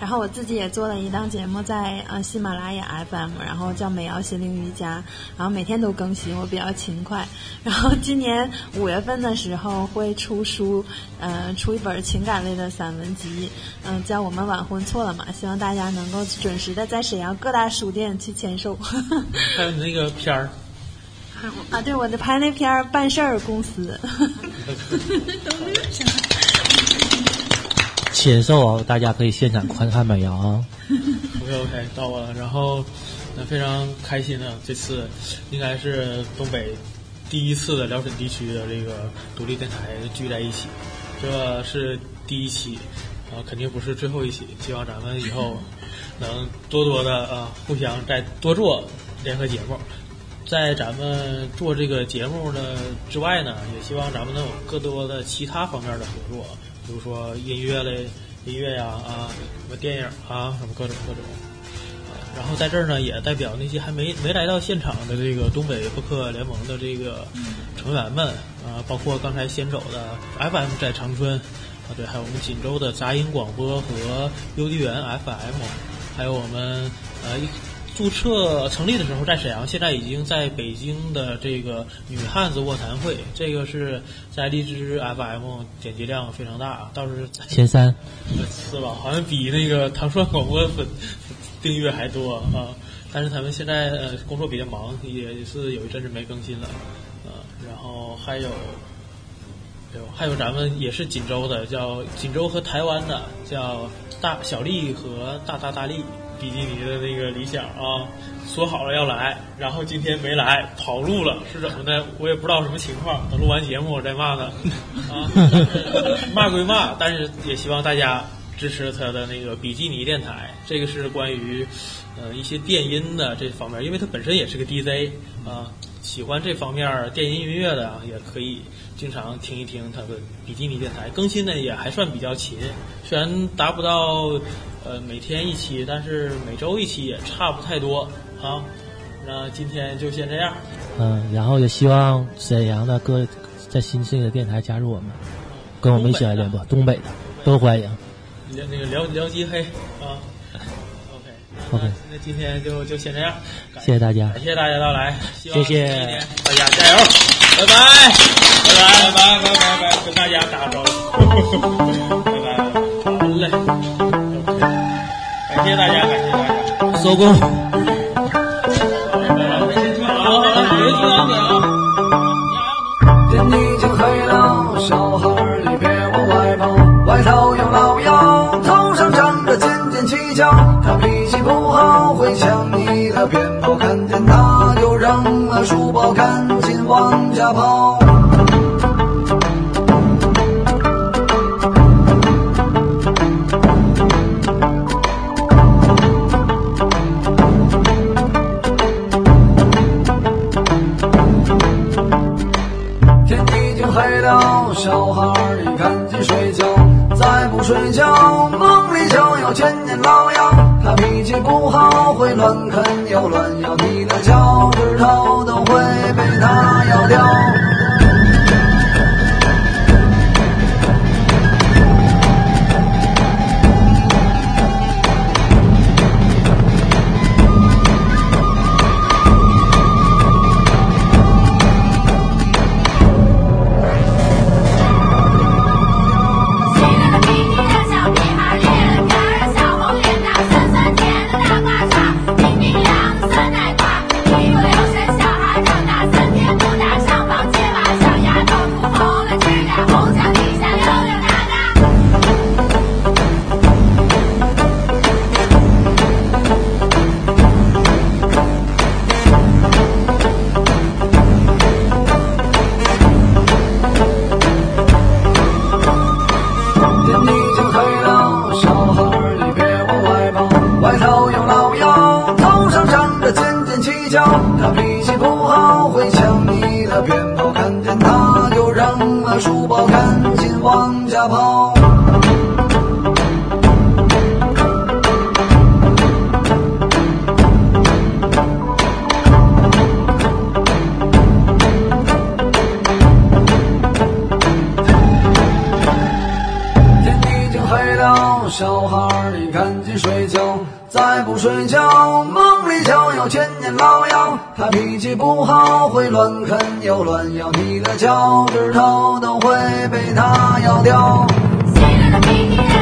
[SPEAKER 2] 然后我自己也做了一档节目在呃喜马拉雅 FM，然后叫美瑶心灵瑜伽，然后每天都更新，我比较勤快。然后今年五月份的时候会出书，呃，出一本情感类的散文集，嗯、叫我们晚婚错了嘛，希望大家能够准时的在沈阳各大书店去签售。 <laughs>
[SPEAKER 1] 还有你那个片儿，
[SPEAKER 2] 啊，对，我的拍那片儿办事儿公司。
[SPEAKER 6] 签售啊，大家可以现场观看美瑶啊。
[SPEAKER 1] OK OK，到我了。然后，那非常开心啊，这次应该是东北第一次的辽沈地区的这个独立电台聚在一起，这是第一期，啊、肯定不是最后一期。希望咱们以后能多多的啊、互相再多做联合节目。在咱们做这个节目的之外呢，也希望咱们能有更多的其他方面的合作，比如说音乐类、音乐呀啊，什么电影啊，什么各种各种。啊然后在这儿呢，也代表那些还没没来到现场的这个东北播客联盟的这个成员们啊，包括刚才先走的 FM 在长春啊，对，还有我们锦州的杂音广播和邮递员 FM，还有我们呃一注册成立的时候在沈阳，现在已经在北京的这个女汉子卧谈会，这个是在荔枝 FM 点击量非常大，倒是在
[SPEAKER 6] 前三，
[SPEAKER 1] 是吧？好像比那个糖蒜广播粉订阅还多啊。但是他们现在呃工作比较忙，也是有一阵子没更新了，呃，然后还有对吧？还有咱们也是锦州的，叫锦州和台湾的叫大小丽和大大大力比基尼的那个理想啊，说好了要来，然后今天没来，跑路了，是怎么的？我也不知道什么情况。等录完节目我再骂他，啊，骂归骂，但是也希望大家支持他的那个比基尼电台，这个是关于呃一些电音的这方面，因为他本身也是个 DJ 啊，喜欢这方面儿电音音乐的啊，也可以经常听一听他的比基尼电台，更新的也还算比较勤，虽然达不到呃每天一期，但是每周一期也差不太多啊。那今天就先这样，
[SPEAKER 6] 嗯，然后也希望沈阳的各在新兴的电台加入我们，跟我们一起来联播，东北的都欢迎。
[SPEAKER 1] 聊那个聊聊鸡黑啊。OK
[SPEAKER 6] OK
[SPEAKER 1] 那那今天就就先这样，感
[SPEAKER 6] 谢谢大家
[SPEAKER 1] 感谢大家到来，希望
[SPEAKER 6] 谢谢
[SPEAKER 1] 新的一年大家加油，拜拜，拜拜，拜拜，拜拜，跟大家打个招呼，拜拜，好嘞，OK，感谢大家，感谢大家。
[SPEAKER 6] 收工。
[SPEAKER 3] 天已经黑了，小孩儿你别往外跑，外头有老妖，头上长着尖尖犄角，他脾气不好，会抢你的鞭炮，看见他就扔了书包，赶紧往家跑。天已经黑了，小孩儿你赶紧睡觉，再不睡觉，梦里就有千年老妖。他脾气不好，会乱啃又乱咬，你的脚趾头都会被他咬掉。
[SPEAKER 12] 斜脸的皮皮的小屁孩，裂了开儿小红脸呐，酸酸甜的大瓜碴，冰冰凉的酸奶罐，一不留神小孩长大，三天不打上房揭瓦，小丫头涂红了指甲，红墙底下溜溜达达。
[SPEAKER 3] 天已经黑了，小孩儿你别往外跑，外头有老妖，头上长着尖尖犄角，他脾气不好，会抢你的鞭炮，看见他就扔了书包，赶紧往家跑。天已经黑了，小孩儿你赶紧睡觉，再不睡觉，梦里就有千年老妖。他脾气不好，会乱啃又乱咬，你的脚趾头都会被他咬掉。
[SPEAKER 12] 斜脸的皮皮的